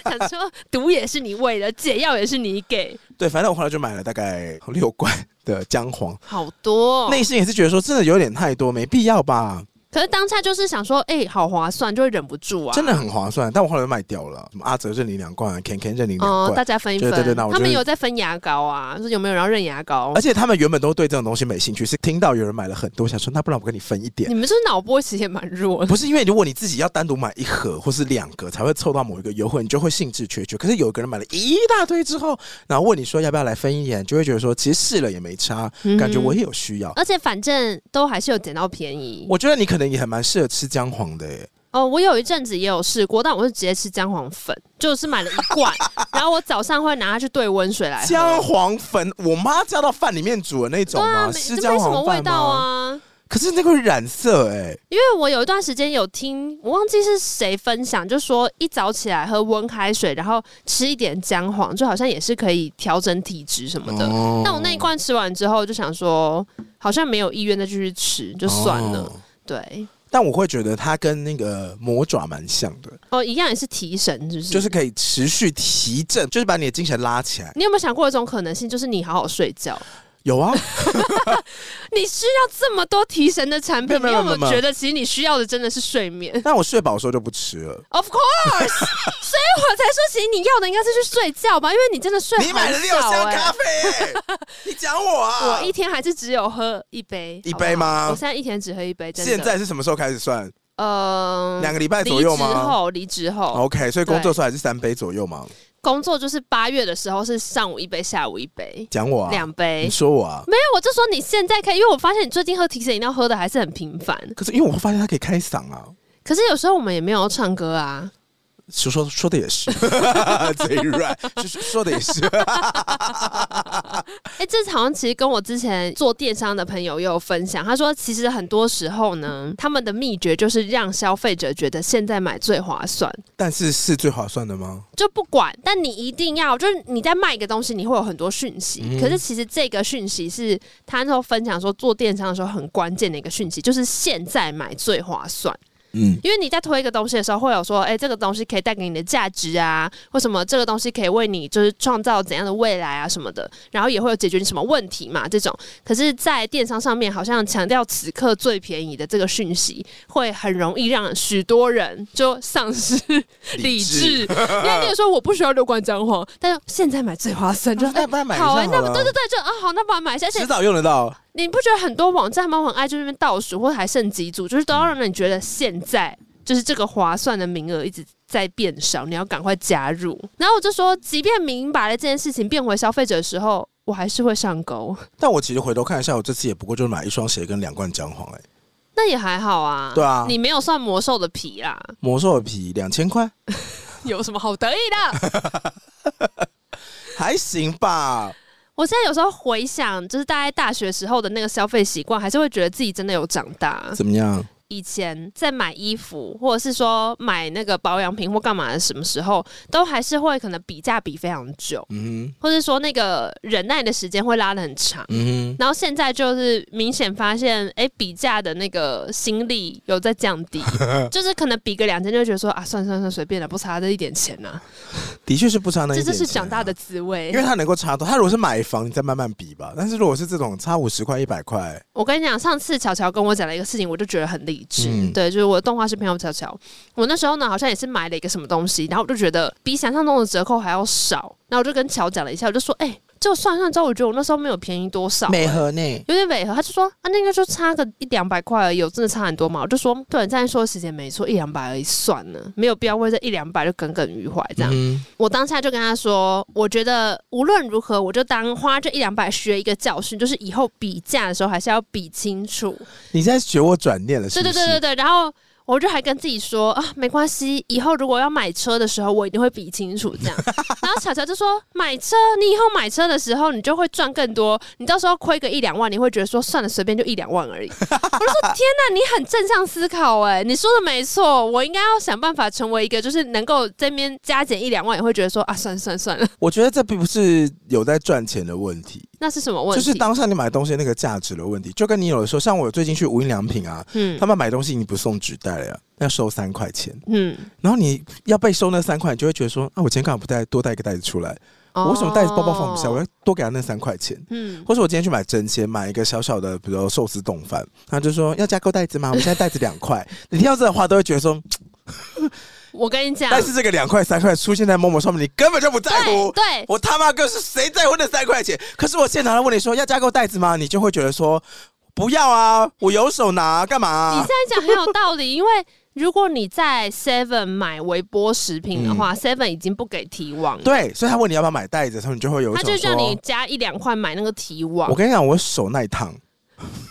[SPEAKER 2] 想说毒也是你喂的，解药也是你给，
[SPEAKER 1] 对，反正我后来就买了大概六罐的姜黄，
[SPEAKER 2] 好多、
[SPEAKER 1] 内心也是觉得说真的有点太多，没必要吧？
[SPEAKER 2] 可是当下就是想说，哎、好划算，就会忍不住啊。
[SPEAKER 1] 真的很划算，但我后来就卖掉了，什么阿哲认领两罐，Ken Ken 认领两
[SPEAKER 2] 哦，
[SPEAKER 1] 罐。
[SPEAKER 2] 大家分一
[SPEAKER 1] 对
[SPEAKER 2] 分。
[SPEAKER 1] 对对那我
[SPEAKER 2] 他
[SPEAKER 1] 就
[SPEAKER 2] 们
[SPEAKER 1] 是
[SPEAKER 2] 有在分牙膏啊，就是有没有人要认牙膏啊
[SPEAKER 1] 而？且他们原本都对这种东西没兴趣，是听到有人买了很多，想说那不然我跟你分一点
[SPEAKER 2] 你。们就是脑波其实也蛮弱
[SPEAKER 1] [LAUGHS]
[SPEAKER 2] 的。
[SPEAKER 1] 不是因为如果你自己要单独买一盒或是两个才会凑到某一个优惠，你就会兴致缺缺。可是有一个人买了一大堆之后，然后问你说要不要来分一点，你就会觉得说其实试了也没差，感觉我也有需要。
[SPEAKER 2] 而且反正都还是有捡到便宜。
[SPEAKER 1] 我觉得你可能也还蛮适合吃姜黄的欸耶，
[SPEAKER 2] 哦，我有一阵子也有试过，但我是直接吃姜黄粉，就是买了一
[SPEAKER 1] [LAUGHS]
[SPEAKER 2] 罐，然后我早上会拿它去兑温水来喝。
[SPEAKER 1] 姜黄粉，我妈加到饭里面煮的那种
[SPEAKER 2] 对啊，
[SPEAKER 1] 吗？
[SPEAKER 2] 没
[SPEAKER 1] 是
[SPEAKER 2] 这
[SPEAKER 1] 姜
[SPEAKER 2] 没什么
[SPEAKER 1] 黄
[SPEAKER 2] 味
[SPEAKER 1] 饭
[SPEAKER 2] 道
[SPEAKER 1] 吗？
[SPEAKER 2] 啊。
[SPEAKER 1] 可是那个会染色哎，
[SPEAKER 2] 因为我有一段时间有听，我忘记是谁分享，就说一早起来喝温开水，然后吃一点姜黄，就好像也是可以调整体质什么的。
[SPEAKER 1] 哦
[SPEAKER 2] 但我那一罐吃完之后，就想说好像没有意愿再继续吃，就算了。
[SPEAKER 1] 哦
[SPEAKER 2] 对，
[SPEAKER 1] 但我会觉得它跟那个魔爪蛮像的，
[SPEAKER 2] 哦，一样也是提神，就是
[SPEAKER 1] 就是可以持续提振，就是把你的精神拉起来。
[SPEAKER 2] 你有没有想过一种可能性，就是你好好睡觉，
[SPEAKER 1] 有 [LAUGHS] 啊，
[SPEAKER 2] 你需要这么多提神的产品，
[SPEAKER 1] 没
[SPEAKER 2] 你
[SPEAKER 1] 有
[SPEAKER 2] 有
[SPEAKER 1] 没有
[SPEAKER 2] 没
[SPEAKER 1] 没
[SPEAKER 2] 有
[SPEAKER 1] 有
[SPEAKER 2] 觉得其实你需要的真的是睡眠
[SPEAKER 1] 但我睡饱的时候就不吃了。
[SPEAKER 2] [LAUGHS] ？Of course，所 [LAUGHS] 以我才说，其实你要的应该是去睡觉吧，因为你真的睡
[SPEAKER 1] 你买了六
[SPEAKER 2] 很少
[SPEAKER 1] 箱
[SPEAKER 2] 欸
[SPEAKER 1] 咖啡、
[SPEAKER 2] [LAUGHS]
[SPEAKER 1] 你讲我啊！
[SPEAKER 2] 我一天还是只有喝一杯，
[SPEAKER 1] 一
[SPEAKER 2] 好不好
[SPEAKER 1] 杯吗
[SPEAKER 2] 我现在一天只喝一杯，真的。
[SPEAKER 1] 现在是什么时候开始算？
[SPEAKER 2] 呃，
[SPEAKER 1] 两个礼拜
[SPEAKER 2] 离
[SPEAKER 1] 左右
[SPEAKER 2] 职
[SPEAKER 1] 吗
[SPEAKER 2] 后，离职后，
[SPEAKER 1] ？OK，所以工作出来是三杯左右嘛？
[SPEAKER 2] 工作就是八月的时候是上午一杯，下午一杯，
[SPEAKER 1] 讲我啊，
[SPEAKER 2] 两、杯
[SPEAKER 1] 你。说我啊？
[SPEAKER 2] 没有，我就说你现在可以，因为我发现你最近喝提神饮料喝的还是很频繁。
[SPEAKER 1] 可是因为我发现它可以开嗓啊，
[SPEAKER 2] 可是有时候我们也没有要唱歌啊，
[SPEAKER 1] [LAUGHS] 说说说的也
[SPEAKER 2] [LAUGHS]
[SPEAKER 1] 是，嘴软，说说说的也是。
[SPEAKER 2] 哎、这好像其实跟我之前做电商的朋友也有分享，他说其实很多时候呢，他们的秘诀就是让消费者觉得现在买最划算。
[SPEAKER 1] 但是是最划算的吗？
[SPEAKER 2] 就不管，但你一定要，就是你在卖一个东西，你会有很多讯息。
[SPEAKER 1] 嗯
[SPEAKER 2] 可是其实这个讯息是他那时候分享说做电商的时候很关键的一个讯息，就是现在买最划算。
[SPEAKER 1] 嗯，
[SPEAKER 2] 因为你在推一个东西的时候，会有说，哎、这个东西可以带给你的价值啊，或什么这个东西可以为你就是创造怎样的未来啊什么的，然后也会有解决你什么问题嘛这种。可是，在电商上面，好像强调此刻最便宜的这个讯息，会很容易让许多人就丧失理智，因为那个时候我不需要六罐姜黄，但是现在买最划算，就
[SPEAKER 1] 那不然 [LAUGHS] 买一下
[SPEAKER 2] 好
[SPEAKER 1] 好
[SPEAKER 2] 哎、那
[SPEAKER 1] 了
[SPEAKER 2] 对对对，就啊好，那把它买下。而且
[SPEAKER 1] 迟早用得到。
[SPEAKER 2] 你不觉得很多网站他们很爱就那边倒数，或者还剩几组，就是都要让你觉得现在就是这个划算的名额一直在变少，你要赶快加入。然后我就说，即便明白了这件事情，变回消费者的时候，我还是会上钩， [LAUGHS]
[SPEAKER 1] 但我其实回头看一下，我这次也不过就买一双鞋跟两罐姜黄、哎，
[SPEAKER 2] 那也还好啊。
[SPEAKER 1] 对啊
[SPEAKER 2] 你没有算魔兽的皮
[SPEAKER 1] [LAUGHS]
[SPEAKER 2] 啦，
[SPEAKER 1] 魔兽的皮两千块，
[SPEAKER 2] 有什么好得意的？
[SPEAKER 1] 还行吧。
[SPEAKER 2] 我现在有时候回想，就是大概大学时候的那个消费习惯，还是会觉得自己真的有长大。
[SPEAKER 1] 怎么样？
[SPEAKER 2] 以前在买衣服，或者是说买那个保养品或干嘛的，什么时候都还是会可能比价比非常久，
[SPEAKER 1] 嗯哼
[SPEAKER 2] 或者说那个忍耐的时间会拉的很长。
[SPEAKER 1] 嗯
[SPEAKER 2] 然后现在就是明显发现，哎、比价的那个心力有在降
[SPEAKER 1] [LAUGHS]
[SPEAKER 2] 低，就是可能比个两千就会觉得说啊，算算算，随便了，不差这一点钱呐、
[SPEAKER 1] 哼，的确是不差那一
[SPEAKER 2] 这
[SPEAKER 1] 点、
[SPEAKER 2] 就
[SPEAKER 1] 钱
[SPEAKER 2] 是长
[SPEAKER 1] 啊
[SPEAKER 2] 大的滋味
[SPEAKER 1] 因。为他能够差多，他如果是买房，你再慢慢比吧。但是如果是这种差五十块、一百块，
[SPEAKER 2] 我跟你讲，上次巧巧跟我讲了一个事情，我就觉得很励体质。
[SPEAKER 1] 嗯
[SPEAKER 2] 对，就是我的动画是朋友巧巧。我那时候呢，好像也是买了一个什么东西，然后我就觉得比想象中的折扣还要少。然后我就跟乔讲了一下，我就说：“哎、就算算之后，我觉得我那时候没有便宜多少、欸
[SPEAKER 1] 美和呢？
[SPEAKER 2] 有点违和，他就说啊，那个就差个一两百块而已，有真的差很多嘛？我就说，对，你这样说的时间没错，一两百而已，算了，没有必要为这一两百就耿耿于怀这样。
[SPEAKER 1] 嗯
[SPEAKER 2] 我当下就跟他说，我觉得无论如何，我就当花这一两百学一个教训，就是以后比价的时候还是要比清楚。
[SPEAKER 1] 你在学我转念了，是
[SPEAKER 2] 对
[SPEAKER 1] 不
[SPEAKER 2] 对
[SPEAKER 1] 是？
[SPEAKER 2] 对对对，然后。我就还跟自己说啊，没关系，以后如果要买车的时候，我一定会比清楚
[SPEAKER 1] [LAUGHS]
[SPEAKER 2] 这样。然后巧巧就说，买车，你以后买车的时候，你就会赚更多，你到时候亏个一两万，你会觉得说算了，随便就一两
[SPEAKER 1] [LAUGHS]
[SPEAKER 2] 万而已。我就说天哪，你很正向思考哎、你说的没错，我应该要想办法成为一个就是能够这边加减一两万，也会觉得说啊，算了算了算了，
[SPEAKER 1] 我觉得这并不是有在赚钱的问题，
[SPEAKER 2] 那是什么问
[SPEAKER 1] 就
[SPEAKER 2] 题？
[SPEAKER 1] 是当下你买东西那个价值的问题。就跟你有的时候，像我最近去无印良品啊，
[SPEAKER 2] 嗯
[SPEAKER 1] 他们买东西你不送纸袋了呀，要收三块钱，
[SPEAKER 2] 嗯，
[SPEAKER 1] 然后你要被收那三块，你就会觉得说啊，我今天干嘛不带多带一个袋子出来？我为什么袋子包包放不下？我
[SPEAKER 2] 哦
[SPEAKER 1] 要多给他那三块钱。
[SPEAKER 2] 嗯
[SPEAKER 1] 或是我今天去买真鲜，买一个小小的，比如寿司冻饭，他就说要加购袋子吗？我们现在袋子两块，你听到这的话都会觉得
[SPEAKER 2] [LAUGHS]
[SPEAKER 1] 说，
[SPEAKER 2] 我跟你讲，
[SPEAKER 1] 但是这个两块三块出现在某某上面，你根本就不在乎
[SPEAKER 2] 对。对，
[SPEAKER 1] 我他妈哥是谁在乎那三块钱？可是我现场来问你说要加购袋子吗？你就会觉得说不要啊，我有手拿干嘛、
[SPEAKER 2] 你现在讲很有道理， [LAUGHS] 因为如果你在 Seven 买微波食品的
[SPEAKER 1] 嗯
[SPEAKER 2] 话，Seven、已经不给提网了，
[SPEAKER 1] 对，所以他问你要不要买袋子的时候，你就会有一
[SPEAKER 2] 他
[SPEAKER 1] 种
[SPEAKER 2] 就叫你
[SPEAKER 1] 说，
[SPEAKER 2] 加一两块买那个提网
[SPEAKER 1] 我。跟你讲，我手耐烫，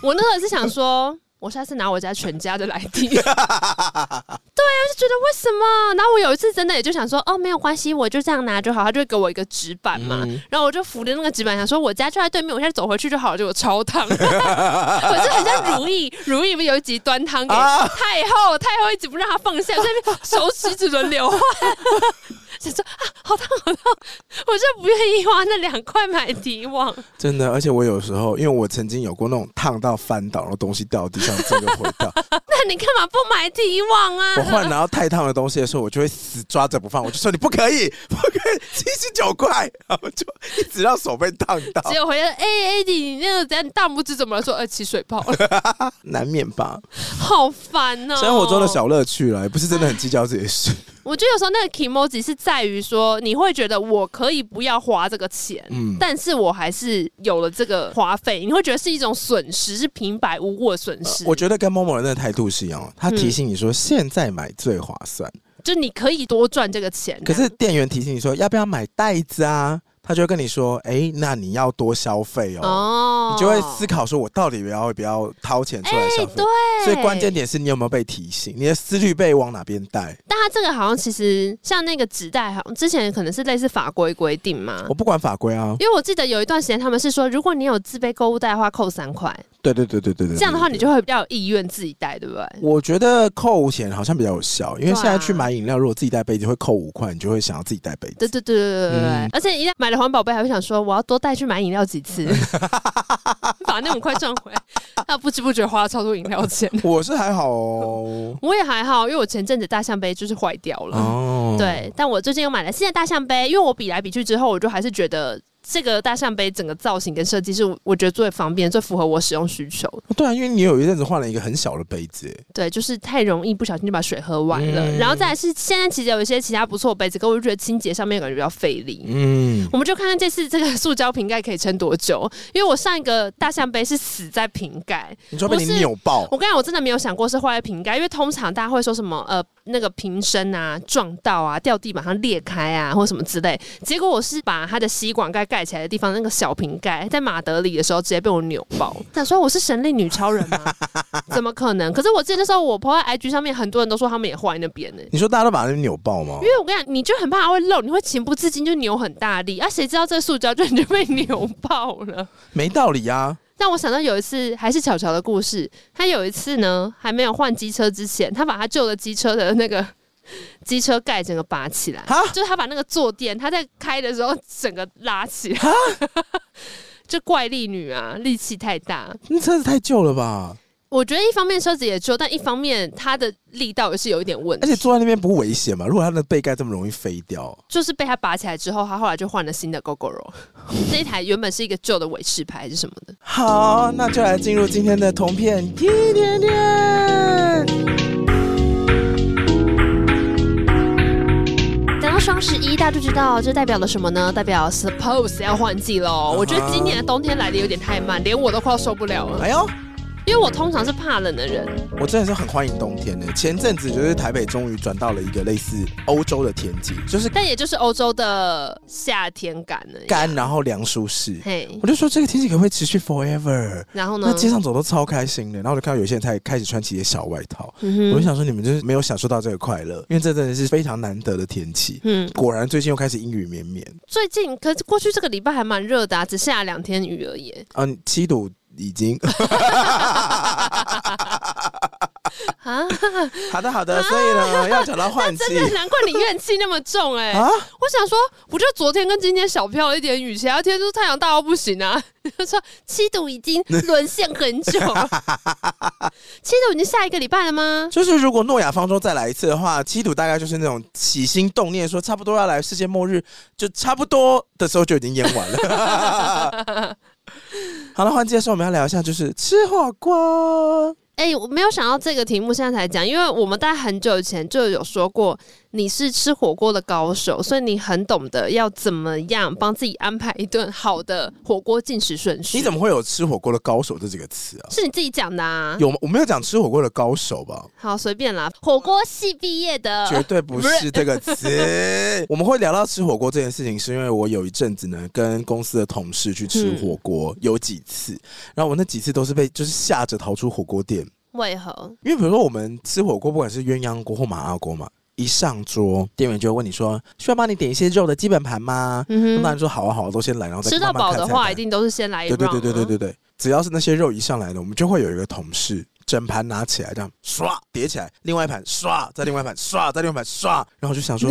[SPEAKER 2] 我那时候也是
[SPEAKER 1] [LAUGHS]
[SPEAKER 2] 想说。我下次拿我家全家的来提， [LAUGHS] 对啊，就觉得为什么？然后我有一次真的也就想说，哦，没有关系，我就这样拿就好。他就会给我一个纸板嘛，
[SPEAKER 1] 嗯
[SPEAKER 2] 然后我就扶着那个纸板，想说我家就在对面，我现在走回去就好了。结果超
[SPEAKER 1] [LAUGHS]
[SPEAKER 2] 烫，我就很像如意，如意不是有一集端汤给
[SPEAKER 1] 啊
[SPEAKER 2] 太后，太后一直不让他放下，在那边手指指轮流换， [LAUGHS] 想说啊，好烫好烫，我就不愿意花那两块买迪网。
[SPEAKER 1] 真的。而且我有时候，因为我曾经有过那种烫到翻倒，然后东西掉地上，这个回到。
[SPEAKER 2] [LAUGHS] 那你干嘛不买迪网
[SPEAKER 1] [LAUGHS] 我
[SPEAKER 2] 啊？
[SPEAKER 1] 换拿到太烫的东西的时候，我就会死抓着不放，我就说你不可以， [LAUGHS] 不可以，七十九块，然后就一直让手被烫到，
[SPEAKER 2] 结果回家，哎、哎，你那个等下你大拇指怎么了？说呃起水泡了， [LAUGHS]
[SPEAKER 1] 难免吧。
[SPEAKER 2] 好烦哦、
[SPEAKER 1] 生活中的，小乐趣啦，也不是真的很计较这些事。
[SPEAKER 2] 我觉得有时候那个 emoji 是在于说，你会觉得我可以不要花这个钱，
[SPEAKER 1] 嗯，
[SPEAKER 2] 但是我还是有了这个花费，你会觉得是一种损失，是平白无故的损失。
[SPEAKER 1] 呃我觉得跟某某人的态度是一样的，他
[SPEAKER 2] 嗯
[SPEAKER 1] 提醒你说现在买最划算，
[SPEAKER 2] 就你可以多赚这个钱，
[SPEAKER 1] 可是店员提醒你说要不要买袋子啊，他就会跟你说，哎、那你要多消费哦。
[SPEAKER 2] 哦哎
[SPEAKER 1] 你就会思考说，我到底要不要掏钱出来消费？
[SPEAKER 2] 对，
[SPEAKER 1] 所以关键。点是你有没有被提醒，你的思虑被往哪边带。
[SPEAKER 2] 但它这个好像其实像那个纸袋，好像之前可能是类似法规规定嘛
[SPEAKER 1] 我。不管法规啊，
[SPEAKER 2] 因为我记得有一段时间，他们是说，如果你有自备购物袋的话，扣三块，
[SPEAKER 1] 对对对对对对，
[SPEAKER 2] 这样的话
[SPEAKER 1] 对
[SPEAKER 2] 你。就会比较有意愿自己带，对不对？
[SPEAKER 1] 对我觉得扣钱好像比较有效，因为
[SPEAKER 2] 对啊
[SPEAKER 1] 现在去买饮料，如果自己带杯子会扣五块，你就会想要自己带杯
[SPEAKER 2] 对
[SPEAKER 1] 子。
[SPEAKER 2] 对对对对对对
[SPEAKER 1] 嗯
[SPEAKER 2] 而且一旦买了环保杯，还会想说我要多带去买饮料几
[SPEAKER 1] [LAUGHS]
[SPEAKER 2] 次，把那五块赚回来。那不知不觉花了超多饮料
[SPEAKER 1] [LAUGHS]
[SPEAKER 2] 钱。
[SPEAKER 1] 我是还好哦，
[SPEAKER 2] 我也还好，因为我前阵子大象杯就是坏掉了。
[SPEAKER 1] 哦，，
[SPEAKER 2] [LAUGHS] 对，但我最近又买了新的大象杯，因为我比来比去之后，我就还是觉得这个大象杯整个造型跟设计是我我觉得最方便、最符合我使用需求。
[SPEAKER 1] 对啊，因为你有一阵子换了一个很小的杯子，哎
[SPEAKER 2] 对，就是太容易不小心就把水喝完了。
[SPEAKER 1] 嗯
[SPEAKER 2] 然后再来是现在其实有一些其他不错的杯子，可我就觉得清洁上面感觉比较费力。
[SPEAKER 1] 嗯，
[SPEAKER 2] 我们就看看这次这个塑胶瓶盖可以撑多久，因为我上一个大象杯是死在瓶盖，
[SPEAKER 1] 你说被你
[SPEAKER 2] 不是
[SPEAKER 1] 扭爆，
[SPEAKER 2] 我刚才我真的没有想过是坏在瓶盖，因为通常大家会说什么呃那个瓶身啊撞到啊掉地板上裂开啊或什么之类，结果我是把它的吸管盖盖起来的地方那个小瓶盖，在马德里的时候直接被我扭爆，想说我是神力女超人吗？怎么可能？可是我记得那时候我 po 在 IG 上面，很多人都说他们也坏那边呢、
[SPEAKER 1] 你说大家都把那边扭爆吗
[SPEAKER 2] 因？为我跟你讲，你就很怕它会漏，你会情不自禁就扭很大力啊！谁知道这个塑胶卷就被扭爆了。 [LAUGHS]
[SPEAKER 1] 没道理啊，
[SPEAKER 2] 让我想到有一次，还是巧巧的故事。他有一次呢，还没有换机车之前，他把他旧的机车的那个 [LAUGHS] 机车盖整个拔起来
[SPEAKER 1] 哈，
[SPEAKER 2] 就是他把那个坐垫，他在开的时候整个拉起 [LAUGHS] 来。就怪力女啊，力气太大。
[SPEAKER 1] 那车子太旧了吧？
[SPEAKER 2] 我觉得一方面车子也旧，但一方面它的力道也是有一点问
[SPEAKER 1] 而
[SPEAKER 2] 题，
[SPEAKER 1] 且坐在那边不危险嘛？如果它的背盖这么容易飞掉，
[SPEAKER 2] 就是被它拔起来之后，它后来就换了新的 [LAUGHS] GoGoRo，这一台原本是一个旧的尾翅牌还是什么的。
[SPEAKER 1] 好，那就来进入今天的同片一点点。
[SPEAKER 2] 讲到双十一，大家就知道这代表了什么呢？代表啊 Suppose 要换季喽。我觉得今年的冬天来的有点太慢，连我都快要受不了了。
[SPEAKER 1] 哎呦，
[SPEAKER 2] 因为我通常是怕冷的人，
[SPEAKER 1] 我真的是很欢迎冬天的。前阵子就是台北终于转到了一个类似欧洲的天气，就是
[SPEAKER 2] 但也就是欧洲的夏天感而已。
[SPEAKER 1] 干然后凉舒适。
[SPEAKER 2] 嘿
[SPEAKER 1] 我，就说这个天气可不可以持续 forever？
[SPEAKER 2] 然后
[SPEAKER 1] 那
[SPEAKER 2] 呢？
[SPEAKER 1] 街上走都超开心的，然后我就看到有些人才开始穿起一些小外套，
[SPEAKER 2] 嗯
[SPEAKER 1] 我就
[SPEAKER 2] 哼，
[SPEAKER 1] 想说你们就是没有享受到这个快乐，因为这真的是非常难得的天气。
[SPEAKER 2] 嗯，
[SPEAKER 1] 果然最近又开始阴雨绵绵，
[SPEAKER 2] 最近可是过去这个礼拜还蛮热的、啊，只下了两天雨而已。
[SPEAKER 1] 嗯、七度已经。
[SPEAKER 2] [LAUGHS]
[SPEAKER 1] [LAUGHS]
[SPEAKER 2] 啊，
[SPEAKER 1] 好的好的，所以呢要讲到
[SPEAKER 2] [LAUGHS]
[SPEAKER 1] 换季
[SPEAKER 2] 真的难怪你怨气那么重哎、
[SPEAKER 1] 啊，
[SPEAKER 2] 我想说，不就昨天跟今天小飘了一点雨，其他天都是太阳大到不行啊！ [LAUGHS] 就说七度已经沦陷很久了， [LAUGHS] 七度已经下一个礼拜了吗？
[SPEAKER 1] 就是如果诺亚方舟再来一次的话，七度大概就是那种起心动念说差不多要来世界末日，就差不多的时候就已经淹完了。 [LAUGHS] 好了，换季的时候我们要聊一下，就是吃火锅。
[SPEAKER 2] 哎、我没有想到这个题目现在才讲，因为我们在很久以前就有说过，你是吃火锅的高手，所以你很懂得要怎么样帮自己安排一顿好的火锅进食顺序。
[SPEAKER 1] 你怎么会有吃火锅的高手这几个词啊？
[SPEAKER 2] 是你自己讲的啊？
[SPEAKER 1] 有吗？我没有讲吃火锅的高手吧？
[SPEAKER 2] 好，随便啦，火锅系毕业的，
[SPEAKER 1] 绝对不是这个词。我们会聊到吃火锅这件事情，是因为我有一阵子呢跟公司的同事去吃火锅，有几次，然后我那几次都是被就是吓着逃出火锅店，
[SPEAKER 2] 为何？
[SPEAKER 1] 因为比如说我们吃火锅，不管是鸳鸯锅或麻辣锅嘛，一上桌店员就会问你说需要帮你点一些肉的基本盘吗？那
[SPEAKER 2] 嗯
[SPEAKER 1] 当
[SPEAKER 2] 哼，
[SPEAKER 1] 然说好啊好啊，都先来，然后再
[SPEAKER 2] 吃到
[SPEAKER 1] 慢慢
[SPEAKER 2] 饱
[SPEAKER 1] 看
[SPEAKER 2] 的
[SPEAKER 1] 菜
[SPEAKER 2] 话，
[SPEAKER 1] 单
[SPEAKER 2] 一定都是先来一
[SPEAKER 1] 对
[SPEAKER 2] round
[SPEAKER 1] 对
[SPEAKER 2] 啊。
[SPEAKER 1] 对对对对对，只要是那些肉一上来呢，我们就会有一个同事整盘拿起来，这样刷叠起来，另外一盘刷，再另外一盘刷，再另外一盘刷，然后我就想
[SPEAKER 2] [LAUGHS]
[SPEAKER 1] 说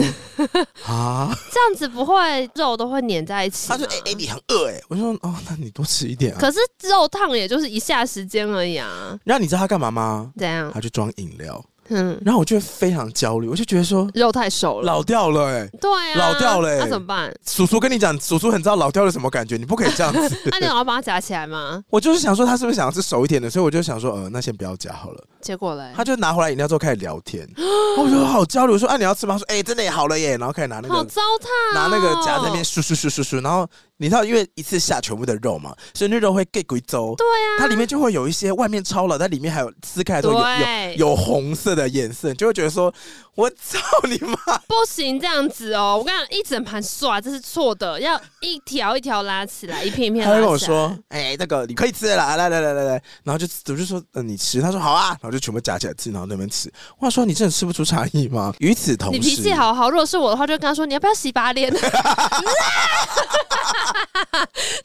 [SPEAKER 1] 啊，
[SPEAKER 2] 这样子不会肉都会粘在一起吗。
[SPEAKER 1] 他说哎哎、欸你很饿哎、我就说哦那你多吃一点啊。
[SPEAKER 2] 可是肉烫也就是一下时间而已啊，
[SPEAKER 1] 然后你知道他干嘛吗？
[SPEAKER 2] 怎样？
[SPEAKER 1] 他去装饮料，
[SPEAKER 2] 嗯，
[SPEAKER 1] 然后我就非常焦虑，我就觉得说
[SPEAKER 2] 肉太熟了，
[SPEAKER 1] 老掉了哎、
[SPEAKER 2] 对啊，
[SPEAKER 1] 老掉了欸
[SPEAKER 2] 那、怎么办？
[SPEAKER 1] 叔叔跟你讲，叔叔很知道老掉了什么感觉，你不可以这样子。
[SPEAKER 2] [LAUGHS] 那、你有要帮它夹起来吗？
[SPEAKER 1] 我就是想说他是不是想要吃熟一点的，所以我就想说呃那先不要夹好了。
[SPEAKER 2] 结果嘞，
[SPEAKER 1] 他就拿回来饮料之后开始聊天，
[SPEAKER 2] [GASPS]
[SPEAKER 1] 然后我就好焦虑，我说啊你要吃吗？他说哎、真的也好了耶，然后开始拿那
[SPEAKER 2] 好
[SPEAKER 1] 个
[SPEAKER 2] 糟蹋、哦，
[SPEAKER 1] 拿那个夹在那边，数数数数数，然后你知道因为一次下全部的肉嘛，所以那肉会 get 鬼粥，
[SPEAKER 2] 对啊，
[SPEAKER 1] 它里面就会有一些外面超了，但里面还有撕开的时候有有
[SPEAKER 2] 对，
[SPEAKER 1] 有红色的颜色，你就会觉得说我操你妈！
[SPEAKER 2] 不行这样子哦，我跟你讲，一整盘刷这是错的，要一条一条拉起来，一片一片
[SPEAKER 1] 他
[SPEAKER 2] 拉
[SPEAKER 1] 就
[SPEAKER 2] 起来。
[SPEAKER 1] 跟我说：“哎、那个你可以吃了啦，来来来来来。”然后就我就说：“嗯，你吃。”他说：“好啊。”然后就全部夹起来吃，然后那边吃。我想说：“你真的吃不出差异吗？”与此同时，
[SPEAKER 2] 你脾气好好，如果是我的话，就跟他说你要不要洗把脸，直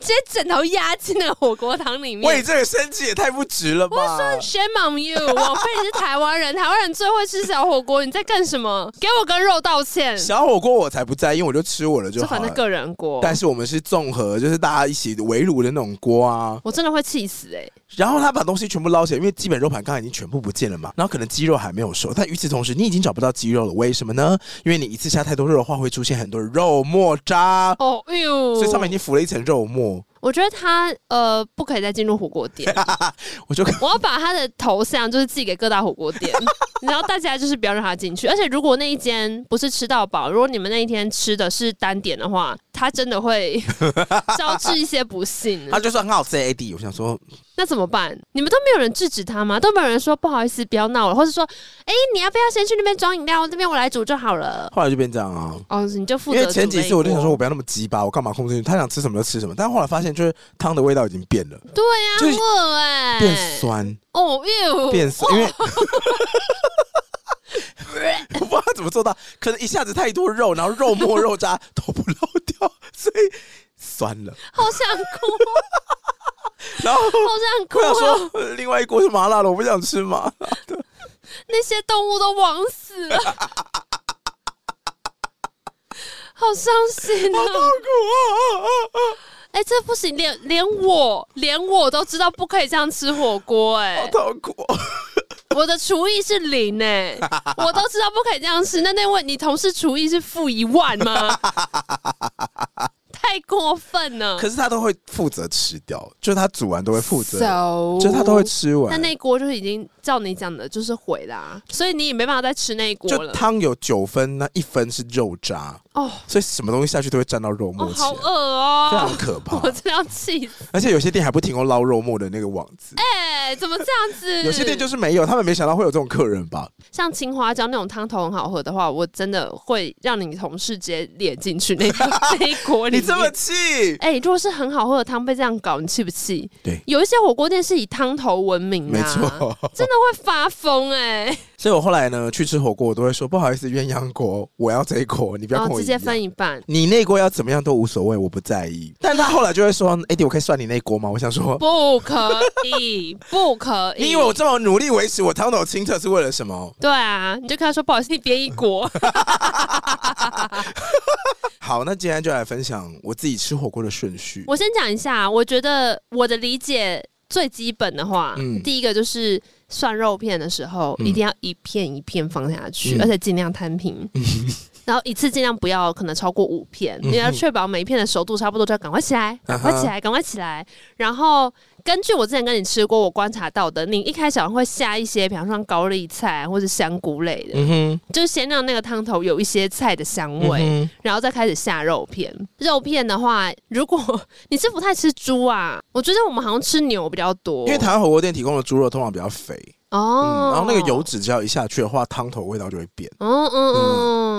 [SPEAKER 2] 接枕头压进了火锅汤里
[SPEAKER 1] 为
[SPEAKER 2] 面。
[SPEAKER 1] 这个生气也太不值了吧！
[SPEAKER 2] Shame on you！我非你是台湾人，台湾人最会吃小火锅，你在干什么？给我跟肉道歉，
[SPEAKER 1] 小火锅我才不在意，因为我就吃我的就
[SPEAKER 2] 这
[SPEAKER 1] 好
[SPEAKER 2] 反正
[SPEAKER 1] 了。
[SPEAKER 2] 个人锅，
[SPEAKER 1] 但是我们是综合，就是大家一起围炉的那种锅啊。
[SPEAKER 2] 我真的会气死哎、
[SPEAKER 1] 然后他把东西全部捞起来，因为基本肉盘刚才已经全部不见了嘛。然后可能鸡肉还没有熟，但与此同时，你已经找不到鸡肉了。为什么呢？因为你一次下太多肉的话，会出现很多肉末渣，
[SPEAKER 2] 哦、哎呦！
[SPEAKER 1] 所以上面已经浮了一层肉末。
[SPEAKER 2] 我觉得他呃不可以再进入火
[SPEAKER 1] [LAUGHS]
[SPEAKER 2] 锅店，
[SPEAKER 1] 我就
[SPEAKER 2] 我要把他的头像就是寄给各大火锅店， [LAUGHS] 然后大家就是不要让他进去。而且如果那一间不是吃到饱，如果你们那一天吃的是单点的话，他真的会 [LAUGHS] 招致一些不幸。
[SPEAKER 1] 他就说很好吃 AD，我想说
[SPEAKER 2] 那怎么办？你们都没有人制止他吗？都没有人说不好意思，不要闹了，或者说，哎、你要不要先去那边装饮料？那边我来煮就好了。
[SPEAKER 1] 后来就变这样啊。
[SPEAKER 2] 哦，你就负
[SPEAKER 1] 因
[SPEAKER 2] 责。
[SPEAKER 1] 为前几次我就想说，，我不要那么鸡巴，我干嘛控制你？他想吃什么就吃什么，但后来发现就是汤的味道已经变了，
[SPEAKER 2] 对呀、
[SPEAKER 1] 就是
[SPEAKER 2] 很饿哎、
[SPEAKER 1] 变酸，
[SPEAKER 2] 哦哟，
[SPEAKER 1] 变酸，因为 [LAUGHS] 我不知道他怎么做到，可能一下子太多肉，然后肉末肉渣都不漏掉，所以酸了。
[SPEAKER 2] 好想
[SPEAKER 1] [LAUGHS]
[SPEAKER 2] 哭，
[SPEAKER 1] 然后
[SPEAKER 2] 好想哭
[SPEAKER 1] 我想
[SPEAKER 2] 哦！
[SPEAKER 1] 说，呃另外一锅是麻辣的，我不想吃麻辣的。
[SPEAKER 2] 那些动物都枉死了， [LAUGHS] 好伤心
[SPEAKER 1] 好痛
[SPEAKER 2] 啊！
[SPEAKER 1] 苦啊！
[SPEAKER 2] 哎、这不行，连连我连我都知道不可以这样吃火锅、
[SPEAKER 1] 好
[SPEAKER 2] 哎，
[SPEAKER 1] 痛苦哦。
[SPEAKER 2] 我的厨艺是
[SPEAKER 1] [LAUGHS]
[SPEAKER 2] 零、哎，我都知道不可以这样吃。那那位你同事厨艺是负一万吗？太过分了，
[SPEAKER 1] 可是他都会负责吃掉，就是他煮完都会负责，
[SPEAKER 2] So-
[SPEAKER 1] 就是他都会吃完
[SPEAKER 2] 但。那一锅就是已经照你讲的，就是毁啦、所以你也没办法再吃那一锅
[SPEAKER 1] 就
[SPEAKER 2] 了。
[SPEAKER 1] 汤有九分，那一分是肉渣，
[SPEAKER 2] 哦
[SPEAKER 1] 所以什么东西下去都会沾到肉末
[SPEAKER 2] 哦，
[SPEAKER 1] 起
[SPEAKER 2] 好
[SPEAKER 1] 来，
[SPEAKER 2] 恶哦、
[SPEAKER 1] 非常可怕
[SPEAKER 2] [LAUGHS] 我。真的要气死！
[SPEAKER 1] 而且有些店还不提供捞肉末的那个网子，
[SPEAKER 2] 哎、怎么这样子？
[SPEAKER 1] 有些店就是没有，他们没想到会有这种客人吧？
[SPEAKER 2] 像青花椒那种汤头很好喝的话，我真的会让你同事直接列进去
[SPEAKER 1] [LAUGHS]
[SPEAKER 2] 那个那一锅里
[SPEAKER 1] 你
[SPEAKER 2] 面。
[SPEAKER 1] 这么气，
[SPEAKER 2] 哎、如果是很好喝的汤被这样搞，你气不气？
[SPEAKER 1] 对，
[SPEAKER 2] 有一些火锅店是以汤头闻名
[SPEAKER 1] 没
[SPEAKER 2] 的、啊，
[SPEAKER 1] 错。
[SPEAKER 2] 真的会发疯哎、
[SPEAKER 1] 所以我后来呢去吃火锅，我都会说不好意思，鸳鸯锅我要这一锅， [LAUGHS] 你不
[SPEAKER 2] 然
[SPEAKER 1] 要跟
[SPEAKER 2] 后
[SPEAKER 1] 我
[SPEAKER 2] 哦直
[SPEAKER 1] 一
[SPEAKER 2] 接
[SPEAKER 1] 样。
[SPEAKER 2] 分一半。
[SPEAKER 1] 你那锅要怎么样都无所谓，我不在意。但他后来就会说：“哎、弟，我可以算你那锅吗？”我想说，
[SPEAKER 2] 不可以，不可以！
[SPEAKER 1] 你以为我这么努力维持我汤头清澈是为了什么？
[SPEAKER 2] 对啊，你就跟他说不好意思，你别一锅。
[SPEAKER 1] 好，那今天就来分享我自己吃火锅的顺序。
[SPEAKER 2] 我先讲一下，我觉得我的理解最基本的话，
[SPEAKER 1] 嗯
[SPEAKER 2] 第一个就是涮肉片的时候，
[SPEAKER 1] 嗯
[SPEAKER 2] 一定要一片一片放下去，
[SPEAKER 1] 嗯
[SPEAKER 2] 而且尽量摊
[SPEAKER 1] [LAUGHS]
[SPEAKER 2] 平。然后一次尽量不要可能超过五片，
[SPEAKER 1] 嗯哼啊
[SPEAKER 2] 你要确保每一片的熟度差不多，就要赶快起来，赶快起来，赶快起来。然后根据我之前跟你吃过，我观察到的，你一开始好像会下一些，比方说像高丽菜或是香菇类的，
[SPEAKER 1] 嗯
[SPEAKER 2] 就是先让那个汤头有一些菜的香
[SPEAKER 1] 哼，
[SPEAKER 2] 味。
[SPEAKER 1] 嗯
[SPEAKER 2] 然后再开始下肉片。肉片的话，如果 [LAUGHS] 你是不太吃猪啊，我觉得我们好像吃牛比较多，
[SPEAKER 1] 哼因为台湾火锅店提供的猪肉通常比较肥，嗯，
[SPEAKER 2] 哦、
[SPEAKER 1] 然后那个油，脂只要一下去的话，汤头味道就会变。
[SPEAKER 2] 嗯嗯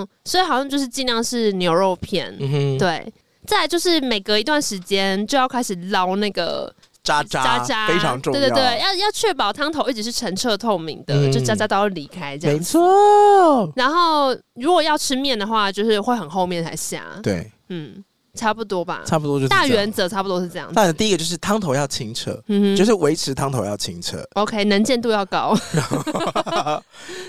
[SPEAKER 2] 嗯，所以好像就是尽量是牛肉片，
[SPEAKER 1] 嗯哼，，
[SPEAKER 2] 对。再来就是每隔一段时间就要开始捞那个
[SPEAKER 1] 渣渣
[SPEAKER 2] 渣渣，
[SPEAKER 1] 非常重要，
[SPEAKER 2] 对对对，要要确保汤头一直是澄澈透明的，
[SPEAKER 1] 嗯
[SPEAKER 2] 就渣渣都要离开这
[SPEAKER 1] 没
[SPEAKER 2] 样。
[SPEAKER 1] 错，
[SPEAKER 2] 然后如果要吃面的话，就是会很后面才下，
[SPEAKER 1] 对，
[SPEAKER 2] 嗯，差不多吧。
[SPEAKER 1] 差不多就是
[SPEAKER 2] 大
[SPEAKER 1] 这样
[SPEAKER 2] 原。则差不多是这样子。
[SPEAKER 1] 那第一个就是汤头要清澈，
[SPEAKER 2] 嗯哼，
[SPEAKER 1] 就是维持汤头要清澈，
[SPEAKER 2] OK，能见度要高。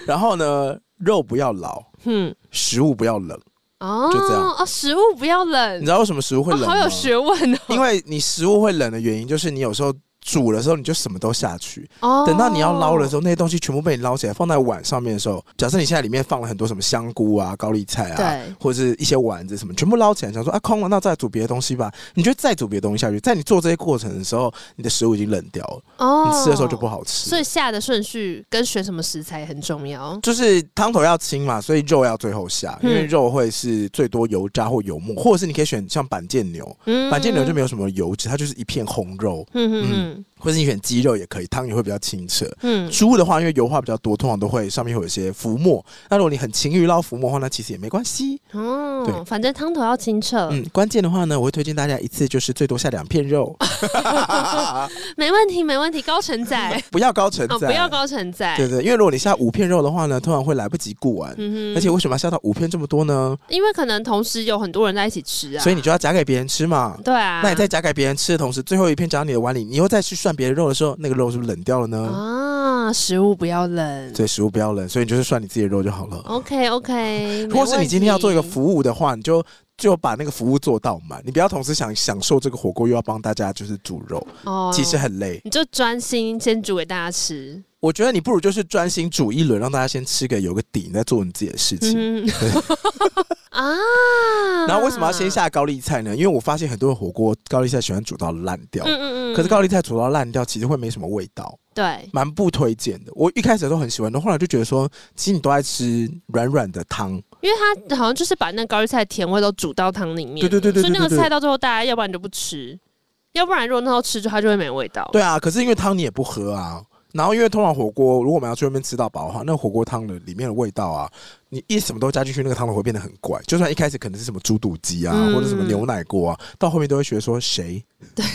[SPEAKER 1] 然后呢，肉不要老，
[SPEAKER 2] 嗯，
[SPEAKER 1] 食物不要冷。
[SPEAKER 2] 哦，
[SPEAKER 1] 就这样
[SPEAKER 2] 哦，食物不要
[SPEAKER 1] 你
[SPEAKER 2] 冷，
[SPEAKER 1] 知道为什么食物会
[SPEAKER 2] 哦
[SPEAKER 1] 冷吗？
[SPEAKER 2] 好有学问哦。
[SPEAKER 1] [LAUGHS] 因为你食物会冷的原因，就是你有时候煮的时候你就什么都下去，
[SPEAKER 2] 哦
[SPEAKER 1] 等到你要捞的时候，那些东西全部被你捞起来放在碗上面的时候，假设你现在里面放了很多什么香菇啊、高丽菜啊。
[SPEAKER 2] 对，
[SPEAKER 1] 或者是一些丸子什么，全部捞起来，想说啊空了，那再煮别的东西吧。你就再煮别的东西下去，在你做这些过程的时候，你的食物已经冷掉了，
[SPEAKER 2] 哦
[SPEAKER 1] 你吃的时候就不好吃。
[SPEAKER 2] 所以下的顺序跟选什么食材很重要。
[SPEAKER 1] 就是汤头要清嘛，所以肉要最后下，因
[SPEAKER 2] 嗯
[SPEAKER 1] 为肉会是最多油渣或油沫，或者是你可以选像板腱牛，
[SPEAKER 2] 嗯
[SPEAKER 1] 板腱牛就
[SPEAKER 2] 没，
[SPEAKER 1] 没有什么油脂，它就是一片红肉，
[SPEAKER 2] 嗯嗯
[SPEAKER 1] 或者你选鸡肉也可以，汤也会比较清澈。
[SPEAKER 2] 嗯嗯，
[SPEAKER 1] 猪的话，因为油花比较多，通常都会上面会有一些浮沫。那如果你很勤于捞浮沫的话，那其实也没关系。
[SPEAKER 2] 哦
[SPEAKER 1] 对，
[SPEAKER 2] 反正汤头要清澈，
[SPEAKER 1] 嗯，关键的话呢，我会推荐大家一次就是最多下两片
[SPEAKER 2] [LAUGHS]
[SPEAKER 1] 肉，
[SPEAKER 2] 没问题，没问题，高承
[SPEAKER 1] [LAUGHS]
[SPEAKER 2] 载
[SPEAKER 1] 不要高承载、
[SPEAKER 2] 哦，不要。高承载。
[SPEAKER 1] 对对，因为如果你下五片肉的话呢，通常会来不及顾完。
[SPEAKER 2] 嗯哼
[SPEAKER 1] 而且为什么要下到五片这么多呢？
[SPEAKER 2] 因为可能同时有很多人在一起吃啊，
[SPEAKER 1] 所以你就要夹给别人吃嘛。
[SPEAKER 2] 对啊，
[SPEAKER 1] 那你在夹给别人吃的同时，最后一片夹到你的碗里，你又再去涮别的肉的时候，那个肉是不是冷掉了呢？
[SPEAKER 2] 啊，食物不要冷。
[SPEAKER 1] 所以食物不要冷，所以你就是涮你自己的肉就好了。
[SPEAKER 2] OK OK，
[SPEAKER 1] 或是你今天要做一个服务的话，你就就把那个服务做到满，你不要同时想享受这个火锅，又要帮大家就是煮肉，
[SPEAKER 2] 哦
[SPEAKER 1] 其实很累。
[SPEAKER 2] 你就专心先煮给大家吃。
[SPEAKER 1] 我觉得你不如就是专心煮一轮，让大家先吃个有个底，你再做你自己的事情。
[SPEAKER 2] 嗯
[SPEAKER 1] [LAUGHS]
[SPEAKER 2] 啊，
[SPEAKER 1] 然后为什么要先？下高丽菜呢？因为我发现很多的火锅高丽菜喜欢煮到烂掉，
[SPEAKER 2] 嗯嗯嗯，
[SPEAKER 1] 可是高丽菜煮到烂掉其实会没什么味道。
[SPEAKER 2] 对，
[SPEAKER 1] 蛮不推荐的。我一开始都很喜欢的，后来就觉得说，其实你都爱吃软软的汤，
[SPEAKER 2] 因为它好像就是把那个高丽菜的甜味都煮到汤里面了，
[SPEAKER 1] 对对对对
[SPEAKER 2] 所以那
[SPEAKER 1] 对
[SPEAKER 2] 个
[SPEAKER 1] 对
[SPEAKER 2] 菜到最后大家要不然就不吃，要不然如果那时候吃就它就会没味道。
[SPEAKER 1] 对啊，可是因为汤你也不喝啊。然后因为通常火锅，如果我们要去外面吃到饱的话，那火锅汤的里面的味道啊，你一什么都加进去，那个汤头会变得很怪。就算一开始可能是什么猪肚鸡啊，
[SPEAKER 2] 嗯
[SPEAKER 1] 或者什么牛奶锅啊，到后面都会学说谁
[SPEAKER 2] 对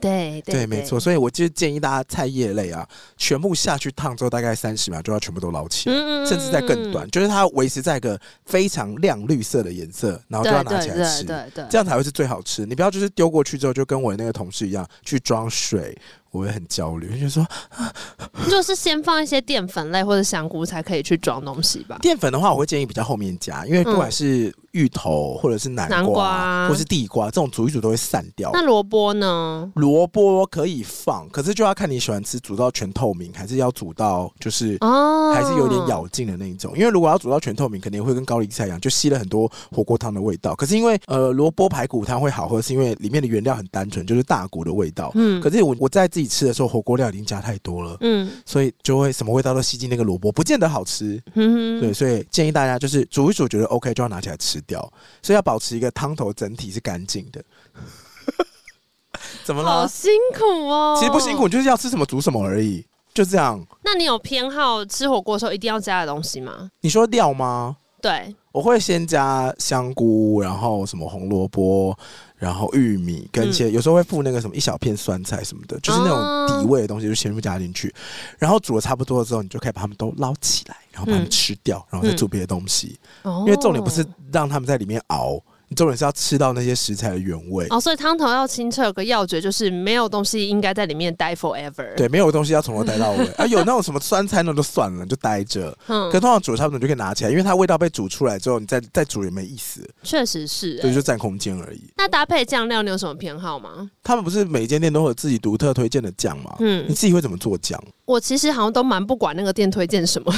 [SPEAKER 2] 对
[SPEAKER 1] 对，没错。。所以我就建议大家菜叶类啊，全部下去烫之后，大概三十秒就要全部都捞起来。
[SPEAKER 2] 嗯
[SPEAKER 1] 甚至在更短，，就是它维持在一个非常亮绿色的颜色，然后就
[SPEAKER 2] 对
[SPEAKER 1] 要
[SPEAKER 2] 对
[SPEAKER 1] 拿起来
[SPEAKER 2] 对
[SPEAKER 1] 吃。
[SPEAKER 2] 对对，
[SPEAKER 1] 这样才会是最好吃。你不要就是丢过去之后，就跟我那个同事一样去装水，我会很焦虑，就说
[SPEAKER 2] 就是先放一些淀粉类或者香菇才可以去装东西吧。
[SPEAKER 1] [LAUGHS] 淀粉的话，我会建议比较后面加，因为不管是芋头或者是南瓜，
[SPEAKER 2] 嗯南瓜
[SPEAKER 1] 或是地瓜，这种煮一煮都会散掉。
[SPEAKER 2] 那萝卜呢？
[SPEAKER 1] 萝卜可以放，可是就要看你喜欢吃煮到全透明，还是要煮到就是
[SPEAKER 2] 哦，
[SPEAKER 1] 还是有点。咬劲的那一种。因为如果要煮到全透明，肯定会跟高丽菜一样，就吸了很多火锅汤的味道。可是因为呃萝卜排骨汤会好喝，是因为里面的原料很单纯，就是大骨的味道。
[SPEAKER 2] 嗯
[SPEAKER 1] 可是我我在自己吃的时候，火锅料已经加太多了，
[SPEAKER 2] 嗯
[SPEAKER 1] 所以就会什么味道都吸进那个萝卜，不见得好吃。
[SPEAKER 2] 嗯
[SPEAKER 1] 对，所以建议大家就是煮一煮，觉得 OK 就要拿起来吃掉，所以要保持一个汤头整体是干净的。 [LAUGHS] 怎么
[SPEAKER 2] 好
[SPEAKER 1] 了？
[SPEAKER 2] 辛苦哦。
[SPEAKER 1] 其实不辛苦，。就是要吃什么煮什么而已，就这样。
[SPEAKER 2] 那你有偏好吃火锅的时候一定要加的东西吗？
[SPEAKER 1] 你说料吗？
[SPEAKER 2] 对，
[SPEAKER 1] 我会先加香菇，然后什么红萝卜，然后玉米跟一些，
[SPEAKER 2] 嗯
[SPEAKER 1] 有时候会附那个什么一小片酸菜什么的，就是那
[SPEAKER 2] 哦
[SPEAKER 1] 种底味的东西，就全部加进去。然后煮的差不多了之后，你就可以把它们都捞起来，然后把它们
[SPEAKER 2] 嗯
[SPEAKER 1] 吃掉，然后再煮别的东西。
[SPEAKER 2] 哦
[SPEAKER 1] 因为重点不是让他们在里面熬，你重点是要吃到那些食材的原味。
[SPEAKER 2] 哦，所以汤头要清澈有个要诀就是没有东西应该在里面待 forever。，
[SPEAKER 1] 对，没有东西要从头待到
[SPEAKER 2] [LAUGHS]
[SPEAKER 1] 尾啊！有那种什么酸菜那就算了，你就待着。
[SPEAKER 2] 嗯
[SPEAKER 1] 可，通常煮得差不多你就可以拿起来，因为它味道被煮出来之后，你再再煮也没意思，
[SPEAKER 2] 确实是、
[SPEAKER 1] 所以
[SPEAKER 2] 欸。
[SPEAKER 1] 就占空间而已。
[SPEAKER 2] 那搭配酱料你有什么偏好吗？
[SPEAKER 1] 他们不是每一间店都有自己独特推荐的酱吗？你
[SPEAKER 2] 嗯，
[SPEAKER 1] 自己会怎么做酱
[SPEAKER 2] 我其实好像都蛮不管那个店推
[SPEAKER 1] [LAUGHS]
[SPEAKER 2] 荐什么，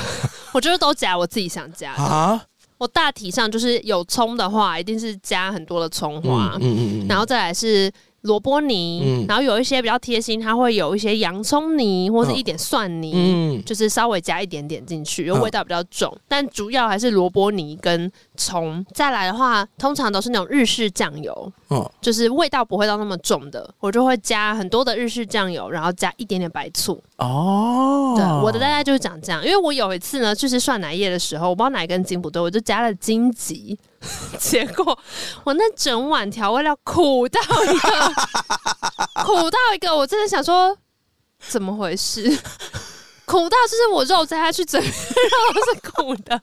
[SPEAKER 2] 我就是都加我自己想加的。
[SPEAKER 1] 啊？
[SPEAKER 2] 我大体上就是有葱的话，一定是加很多的葱花，
[SPEAKER 1] 嗯
[SPEAKER 2] 然后再来是萝卜泥，
[SPEAKER 1] 嗯
[SPEAKER 2] 然后有一些比较贴心，它会有一些洋葱泥或是一点蒜泥。
[SPEAKER 1] 嗯
[SPEAKER 2] 就是稍微加一点点进去，因为
[SPEAKER 1] 嗯
[SPEAKER 2] 味道比较重，但主要还是萝卜泥跟葱。再来的话，通常都是那种日式酱油，
[SPEAKER 1] 哦
[SPEAKER 2] 就是味道不会到那么重的，我就会加很多的日式酱油，然后加一点点白醋。
[SPEAKER 1] 哦，
[SPEAKER 2] 对，我的大概就是长这样。因为我有一次呢，去吃涮奶液的时候，我不知道哪一根筋不对，我就加了荆棘，结果我那整碗调味料苦到一个，
[SPEAKER 1] [LAUGHS]
[SPEAKER 2] 苦到一个，我真的想说怎么回事？苦到就是我肉摘下去整个肉是苦的。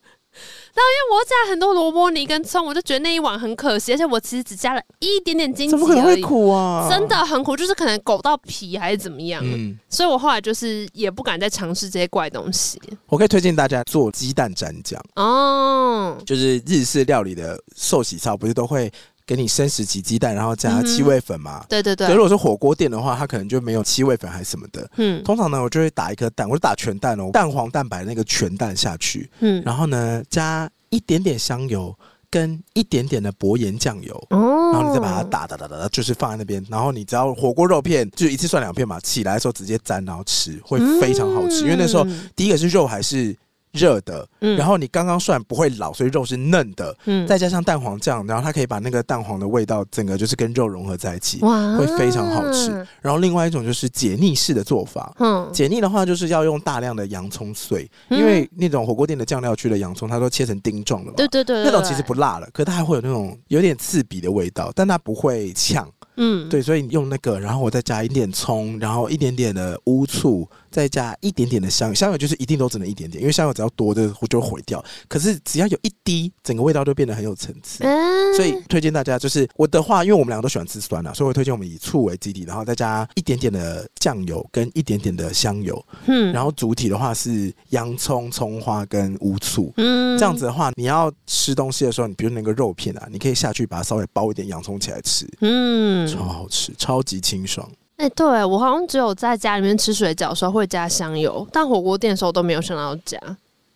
[SPEAKER 2] 然后因为我加很多萝卜泥跟葱，我就觉得那一碗很可惜，而且我其实只加了一点点荆棘
[SPEAKER 1] 怎么可能
[SPEAKER 2] 而
[SPEAKER 1] 会
[SPEAKER 2] 已，
[SPEAKER 1] 苦啊？
[SPEAKER 2] 真，的很苦，就是可能狗到皮还是怎么样。
[SPEAKER 1] 嗯，
[SPEAKER 2] 所以我后来就是也不敢再尝试这些怪东西
[SPEAKER 1] 我可以推荐大家做鸡蛋蘸酱，
[SPEAKER 2] 哦。
[SPEAKER 1] 就是日式料理的寿喜烧，不是都会给你生食几鸡蛋，然后加
[SPEAKER 2] 嗯哼
[SPEAKER 1] 七味粉吗？
[SPEAKER 2] 对对
[SPEAKER 1] 所以
[SPEAKER 2] 对
[SPEAKER 1] 如，果是火锅店的话，它可能就没有七味粉还是什么的。
[SPEAKER 2] 嗯
[SPEAKER 1] 通常呢，我就会打一颗蛋，我就打全蛋哦，蛋黄蛋白那个全蛋下去，
[SPEAKER 2] 嗯，
[SPEAKER 1] 然后呢加一点点香油跟一点点的薄盐酱油，
[SPEAKER 2] 哦
[SPEAKER 1] 然后你再把它打打打打打，就是放在那边。然后你只要火锅肉片，就一次算两片嘛，起来的时候直接沾，然后吃会非常好吃。因为那时候
[SPEAKER 2] 哦
[SPEAKER 1] 第一个是肉还是热的，
[SPEAKER 2] 嗯
[SPEAKER 1] 然后你刚刚涮不会老，所以肉是嫩的，
[SPEAKER 2] 嗯
[SPEAKER 1] 再加上蛋黄酱，然后它可以把那个蛋黄的味道整个就是跟肉融合在一起，
[SPEAKER 2] 哇
[SPEAKER 1] 会非常好吃。然后另外一种就是解腻式的做法。
[SPEAKER 2] 嗯，
[SPEAKER 1] 解腻的话，就是要用大量的洋葱碎，因为那种火锅店的酱料区的洋葱，它都切成丁状的嘛。
[SPEAKER 2] 对对对，
[SPEAKER 1] 那
[SPEAKER 2] 对
[SPEAKER 1] 种其实不，辣了，可它还会有那种有点刺鼻的味道，但它不会呛。
[SPEAKER 2] 对嗯，
[SPEAKER 1] 对，所以你用那个，然后我再加一点葱，然后一点点的乌醋，再加一点点的香油。香油就是一定都只能一点点，因为香油只要多的就会毁掉。可是只要有一滴，整个味道就变得很有层次。
[SPEAKER 2] 嗯，
[SPEAKER 1] 所以推荐大家，就是我的话，因为我们两个都喜欢吃酸啊，所以我推荐我们以醋为基底，然后再加一点点的酱油跟一点点的香油，
[SPEAKER 2] 嗯，
[SPEAKER 1] 然后主体的话是洋葱、葱花跟乌醋。
[SPEAKER 2] 嗯
[SPEAKER 1] 这样子，的话，你要吃东西的时候，你比如那个肉片啊，你可以下去把它稍微包一点洋葱起来吃，
[SPEAKER 2] 嗯，
[SPEAKER 1] 超好吃，超级清爽。
[SPEAKER 2] 哎，对我好像只有在家里面吃水饺的时候会加香油，但火锅店的时候都没有想到要加，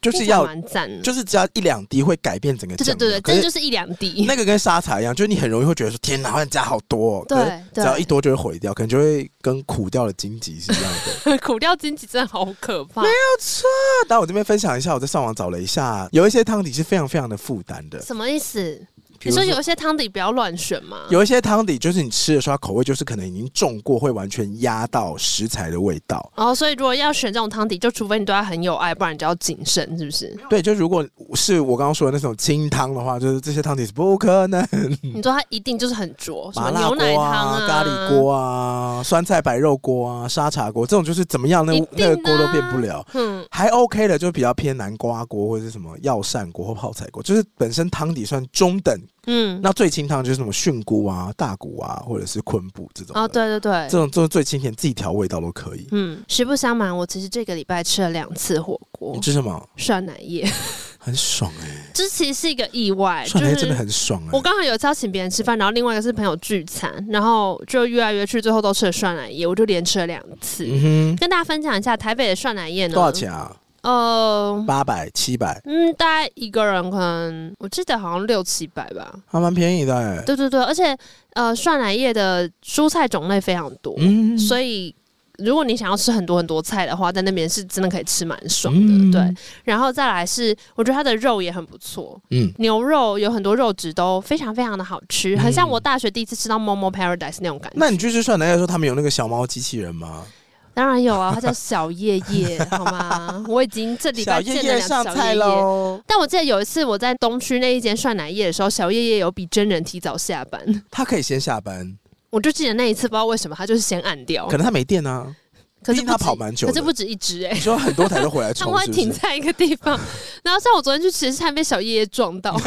[SPEAKER 1] 就
[SPEAKER 2] 听
[SPEAKER 1] 是
[SPEAKER 2] 起来
[SPEAKER 1] 要
[SPEAKER 2] 蛮赞的，
[SPEAKER 1] 就是只要一两滴会改变整个
[SPEAKER 2] 对
[SPEAKER 1] 酱
[SPEAKER 2] 对
[SPEAKER 1] 料，
[SPEAKER 2] 对对，
[SPEAKER 1] 可
[SPEAKER 2] 这
[SPEAKER 1] 是
[SPEAKER 2] 就是一两滴，
[SPEAKER 1] 那个跟沙茶一样，就是你很容易会觉得说天哪，好像加好多、哦，可是
[SPEAKER 2] 对
[SPEAKER 1] 只
[SPEAKER 2] 对，
[SPEAKER 1] 要一多就会毁掉，可能就会跟苦掉的荆棘是一样
[SPEAKER 2] [LAUGHS]
[SPEAKER 1] 的。
[SPEAKER 2] 苦掉荆棘真的好可怕，
[SPEAKER 1] 那当然我这边分享一下，我在上网找了一下，有一些汤底是非常非常的负担的，
[SPEAKER 2] 什么意思？
[SPEAKER 1] 比
[SPEAKER 2] 你
[SPEAKER 1] 如
[SPEAKER 2] 说有一些汤底不要乱选吗？
[SPEAKER 1] 有一些汤底就是你吃的时候它口味就是可能已经重过，会完全压到食材的味道。
[SPEAKER 2] 哦，所以如果要选这种汤底，就除非你对它很有爱，不然你就要谨慎，是不是？
[SPEAKER 1] 对，就如果是我刚刚说的那种清汤的话，就是这些汤底是不可能，
[SPEAKER 2] 你说它一定就是很浊，什
[SPEAKER 1] 嗯麻
[SPEAKER 2] 么
[SPEAKER 1] 辣
[SPEAKER 2] 牛奶
[SPEAKER 1] 锅
[SPEAKER 2] 汤
[SPEAKER 1] 啊、咖喱，锅啊、酸菜白肉锅啊、沙茶锅这种，就是怎么样那
[SPEAKER 2] 一定
[SPEAKER 1] 那
[SPEAKER 2] 的啊
[SPEAKER 1] 个锅都变不了。
[SPEAKER 2] 嗯，
[SPEAKER 1] 还 OK 的，就比较偏南瓜锅或者是什么药膳锅或泡菜锅，就是本身汤底算中等。
[SPEAKER 2] 嗯，
[SPEAKER 1] 那最清汤就是什么菌菇啊、大骨啊，或者是昆布这种的。
[SPEAKER 2] 哦，对嗯对对
[SPEAKER 1] 这，种这种最清甜，自己调味道都可以。
[SPEAKER 2] 嗯，实不相瞒，我其实这个礼拜吃了两次火锅
[SPEAKER 1] 你，吃什么？
[SPEAKER 2] 涮奶液， [LAUGHS]
[SPEAKER 1] 很爽哎、
[SPEAKER 2] 这其实是一个意外，就
[SPEAKER 1] 算来
[SPEAKER 2] 是
[SPEAKER 1] 真的很爽哎、
[SPEAKER 2] 我刚好有一次要请别人吃饭，然后另外一个是朋友聚餐，然后就约来约去，最后都吃了涮奶液，我就连吃了两次。
[SPEAKER 1] 嗯
[SPEAKER 2] 跟大家分享一下台北的涮奶液
[SPEAKER 1] 哼，
[SPEAKER 2] 呢，
[SPEAKER 1] 多少？钱啊？
[SPEAKER 2] 呃，
[SPEAKER 1] 八百、七百，
[SPEAKER 2] 嗯，大概一个人可能我记得好像六七百吧。
[SPEAKER 1] 还蛮便宜的哎、
[SPEAKER 2] 对对对，而且呃，涮奶液的蔬菜种类非常多，
[SPEAKER 1] 嗯
[SPEAKER 2] 所以。如果你想要吃很多很多菜的话，在那边是真的可以吃蛮爽的，
[SPEAKER 1] 嗯
[SPEAKER 2] 对。然后再来是，我觉得它的肉也很不错，
[SPEAKER 1] 嗯，
[SPEAKER 2] 牛肉有很多肉质都非常非常的好吃，很像
[SPEAKER 1] 嗯
[SPEAKER 2] 我大学第一次吃到 Momo Paradise 那种感觉。
[SPEAKER 1] 那你去吃涮奶的时候，他们有那个小猫机器人吗？
[SPEAKER 2] 当然有啊，它叫小叶叶，好吗？我已经这礼
[SPEAKER 1] 小
[SPEAKER 2] 拜
[SPEAKER 1] 叶
[SPEAKER 2] 见了
[SPEAKER 1] 叶
[SPEAKER 2] 两
[SPEAKER 1] 上
[SPEAKER 2] 个小
[SPEAKER 1] 菜
[SPEAKER 2] 叶叶。
[SPEAKER 1] 喽！
[SPEAKER 2] 但我记得有一次我在东区那一间涮奶业的时候，小叶叶有比真人提早下班，
[SPEAKER 1] 他可以先下班，
[SPEAKER 2] 我就记得那一次不知道为什么他就是先按掉，
[SPEAKER 1] 可能他没电啊。
[SPEAKER 2] 可
[SPEAKER 1] 毕竟
[SPEAKER 2] 是不
[SPEAKER 1] 他
[SPEAKER 2] 止
[SPEAKER 1] 跑蛮久的
[SPEAKER 2] 可是不止一只
[SPEAKER 1] [LAUGHS]
[SPEAKER 2] 哎、
[SPEAKER 1] 你说很多台都回来
[SPEAKER 2] 他
[SPEAKER 1] 冲
[SPEAKER 2] 们，会
[SPEAKER 1] 是不
[SPEAKER 2] 停
[SPEAKER 1] 是？
[SPEAKER 2] 在一个地方，然后像我昨天去吃，差点被小叶叶撞到，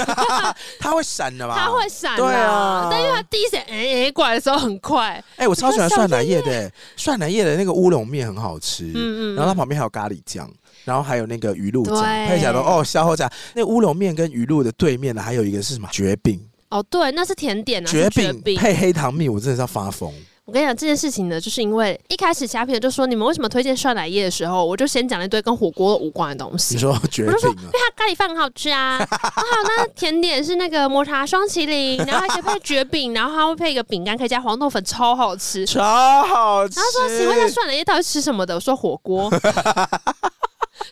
[SPEAKER 1] 他会闪的吧？
[SPEAKER 2] 他会闪
[SPEAKER 1] 对啊
[SPEAKER 2] 啦但因为他第一闪哎哎过来的时候很快，
[SPEAKER 1] 哎、我超喜欢涮奶叶的、涮奶叶的那个乌龙面很好吃，
[SPEAKER 2] 嗯嗯嗯
[SPEAKER 1] 然后它旁边还有咖喱酱，然后还有那个鱼露酱，
[SPEAKER 2] 对
[SPEAKER 1] 配起来都哦，消后酱。那乌龙面跟鱼露的对面呢，还有一个是什么绝饼？
[SPEAKER 2] 哦，对，那是甜点啊，
[SPEAKER 1] 绝
[SPEAKER 2] 是
[SPEAKER 1] 饼
[SPEAKER 2] 饼。
[SPEAKER 1] 配黑糖蜜，我真的是要发疯。
[SPEAKER 2] 我跟你讲这件事情呢，就是因为一开始虾皮就说你们为什么推荐涮奶液的时候，我就先讲了一堆跟火锅无关的东
[SPEAKER 1] 你
[SPEAKER 2] 西。
[SPEAKER 1] 说绝
[SPEAKER 2] 我就说，
[SPEAKER 1] 饼
[SPEAKER 2] 因
[SPEAKER 1] 啊
[SPEAKER 2] 为？它咖喱饭很好吃啊， [LAUGHS] 然后那甜点是那个抹茶双麒麟，然后还可以配绝饼，然后它会配一个饼干，可以加黄豆粉，超好吃。
[SPEAKER 1] 超好吃！
[SPEAKER 2] 然后说，请问一下涮奶液到底吃什么的？我说火锅。 [LAUGHS]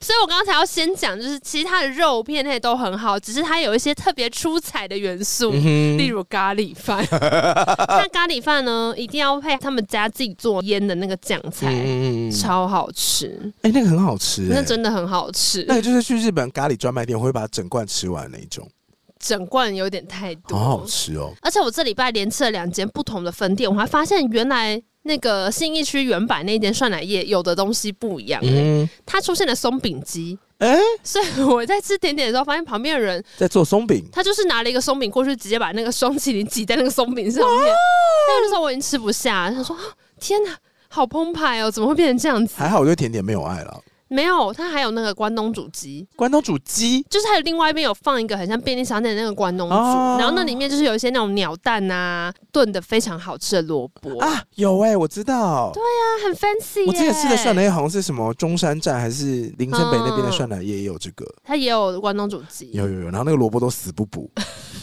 [SPEAKER 2] 所以我刚才要先讲，就是其实它的肉片那些都很好，只是它有一些特别出彩的元素。
[SPEAKER 1] 嗯
[SPEAKER 2] 例
[SPEAKER 1] 哼，
[SPEAKER 2] 如咖喱
[SPEAKER 1] [LAUGHS]
[SPEAKER 2] 饭，那咖喱饭呢，一定要配他们家自己做腌的那个酱菜，
[SPEAKER 1] 嗯嗯嗯嗯，
[SPEAKER 2] 超好吃，
[SPEAKER 1] 哎、那个很好吃、
[SPEAKER 2] 那
[SPEAKER 1] 哎
[SPEAKER 2] 真的很好吃
[SPEAKER 1] 那。个就是去日本咖喱专卖店，我会把整罐吃完那一种，
[SPEAKER 2] 整罐有点太多，
[SPEAKER 1] 好好吃哦。
[SPEAKER 2] 而且我这礼拜连吃了两间不同的分店，我还发现原来那个信义区原版那间涮奶业有的东西不一样、
[SPEAKER 1] 嗯，
[SPEAKER 2] 它出现了松饼机。
[SPEAKER 1] 哎、
[SPEAKER 2] 所以我在吃甜点的时候，发现旁边的人
[SPEAKER 1] 在做松饼，
[SPEAKER 2] 他就是拿了一个松饼过去，直接把那个双麒麟挤在那个松饼上面。但那时候我已经吃不下，他说：“啊，天哪，好澎湃哦，怎么会变成这样子
[SPEAKER 1] 还好我对甜点没有爱了。？”
[SPEAKER 2] 没有，他还有那个关东煮鸡，
[SPEAKER 1] 关东煮鸡，
[SPEAKER 2] 就是还有另外一边有放一个很像便利商店的那个关东煮，
[SPEAKER 1] 哦
[SPEAKER 2] 然后那里面就是有一些那种鸟蛋啊，炖的非常好吃的萝卜啊，
[SPEAKER 1] 啊，有哎、我知道。
[SPEAKER 2] 很 fancy、耶嗯
[SPEAKER 1] 我之前吃的涮奶，叶好像是什么中山站还是林森北那边的涮奶叶也有这个，
[SPEAKER 2] 它也有关东煮鸡，
[SPEAKER 1] 有有有。然后那个萝卜都死不补，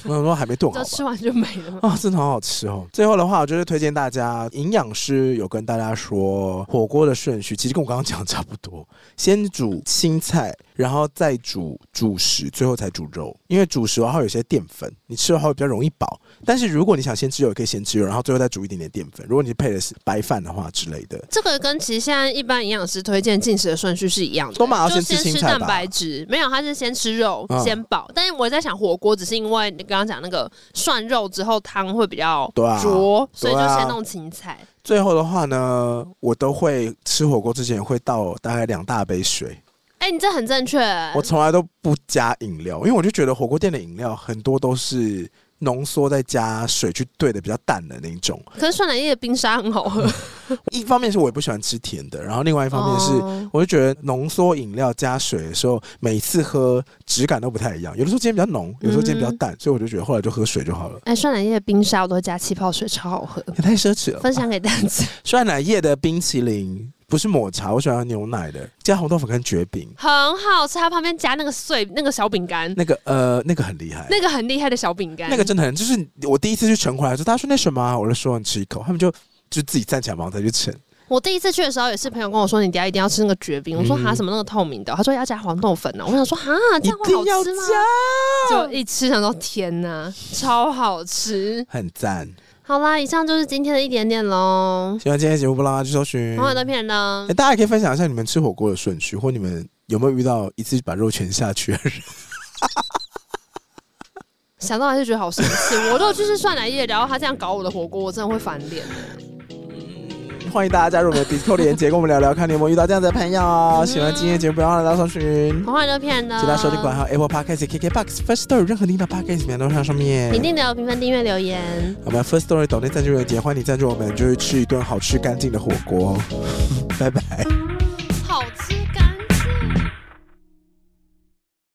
[SPEAKER 1] 我想说还没炖好
[SPEAKER 2] 就
[SPEAKER 1] 吧。
[SPEAKER 2] 吃完就没了嘛。
[SPEAKER 1] 啊、真的好好吃 [LAUGHS] 哦！最后的话，我就是推荐大家，营养师有跟大家说，火锅的顺序其实跟我刚刚讲的差不多，先煮青菜，然后再煮主食，最后才煮肉。因为主食的话会有一些淀粉，你吃的话会比较容易饱。但是如果你想先吃肉，也可以先吃肉，然后最后再煮一点点淀粉。如果你配的是白饭的话之类的，
[SPEAKER 2] 这个跟其实现在一般营养师推荐进食的顺序是一样的，
[SPEAKER 1] 都嘛要
[SPEAKER 2] 就
[SPEAKER 1] 先吃
[SPEAKER 2] 先
[SPEAKER 1] 青
[SPEAKER 2] 吃
[SPEAKER 1] 菜吧
[SPEAKER 2] 蛋白质，没有，他是先吃肉、
[SPEAKER 1] 嗯
[SPEAKER 2] 先饱。但是我在想火锅，只是因为你刚刚讲那个涮肉之后汤会比较
[SPEAKER 1] 对啊
[SPEAKER 2] 浊，所以
[SPEAKER 1] 对啊
[SPEAKER 2] 就先弄青菜。
[SPEAKER 1] 最后的话呢，我都会吃火锅之前会倒大概两大杯水，
[SPEAKER 2] 哎、你这很正确，
[SPEAKER 1] 我从来都不加饮料，因为我就觉得火锅店的饮料很多都是浓缩再加水去兑的比较淡的那一种。
[SPEAKER 2] 可 [LAUGHS] 是涮奶液的冰沙很好喝，
[SPEAKER 1] 一方面是我也不喜欢吃甜的，然后另外一方面是。
[SPEAKER 2] 哦
[SPEAKER 1] 我就觉得浓缩饮料加水的时候，每次喝质感都不太一样。有的时候今天比较浓，有的时候今天
[SPEAKER 2] 嗯
[SPEAKER 1] 比较淡，所以我就觉得后来就喝水就好了，
[SPEAKER 2] 哎、涮奶液的冰沙我都会加气泡水，超好喝，
[SPEAKER 1] 也太奢侈了。
[SPEAKER 2] 分享给大
[SPEAKER 1] [LAUGHS]
[SPEAKER 2] 家。
[SPEAKER 1] 酸奶液的冰淇淋不是抹茶，我喜欢牛奶的，加红豆粉跟绝饼。
[SPEAKER 2] 很好吃，它旁边夹那个碎那个小饼干，
[SPEAKER 1] 那个呃，那个很厉害，
[SPEAKER 2] 那个很厉害的小饼干，
[SPEAKER 1] 那个真的很，就是我第一次去盛回来的时候，他说那什么啊、我就说你吃一口，他们就就自己站起来马上再去盛。
[SPEAKER 2] 我第一次去的时候，也是朋友跟我说，你等一下一定要吃那个绝饼。我说
[SPEAKER 1] 嗯
[SPEAKER 2] 哈什么那个透明的，他说要加黄豆粉呢、啊我想说哈这
[SPEAKER 1] 一
[SPEAKER 2] 样会
[SPEAKER 1] 定
[SPEAKER 2] 好
[SPEAKER 1] 要
[SPEAKER 2] 吃吗？
[SPEAKER 1] 加，
[SPEAKER 2] 就一吃想到天哪，超好吃！
[SPEAKER 1] 很赞。
[SPEAKER 2] 好啦，以上就是今天的一点点喽。
[SPEAKER 1] 喜欢今天的节目，不让大家去搜寻。
[SPEAKER 2] 朋友的骗人呢
[SPEAKER 1] 诶，大家也可以分享一下你们吃火锅的顺序，或你们有没有遇到一次把肉全下去的人？
[SPEAKER 2] 想到还是觉得好
[SPEAKER 1] [LAUGHS]
[SPEAKER 2] 生气。我如果去吃涮奶液，然后他这样搞我的火锅，我真的会翻脸。
[SPEAKER 1] 欢迎大家加入我们的 Discord 连接，跟我们聊聊，看你有没有遇到这样子的朋友哦。喜欢今天的节目，不要忘了大家搜寻。
[SPEAKER 2] 朋友的骗人呢，
[SPEAKER 1] 其他收听管还有 Apple Podcast、KKBox、First Story 任何听到 Podcast 平台都上上面。
[SPEAKER 2] 评定留评分、订阅、留言。
[SPEAKER 1] 我们 First Story 抖内赞助有节，欢迎你赞助我们，就是吃一顿好吃干净的火锅。拜拜。
[SPEAKER 2] 好吃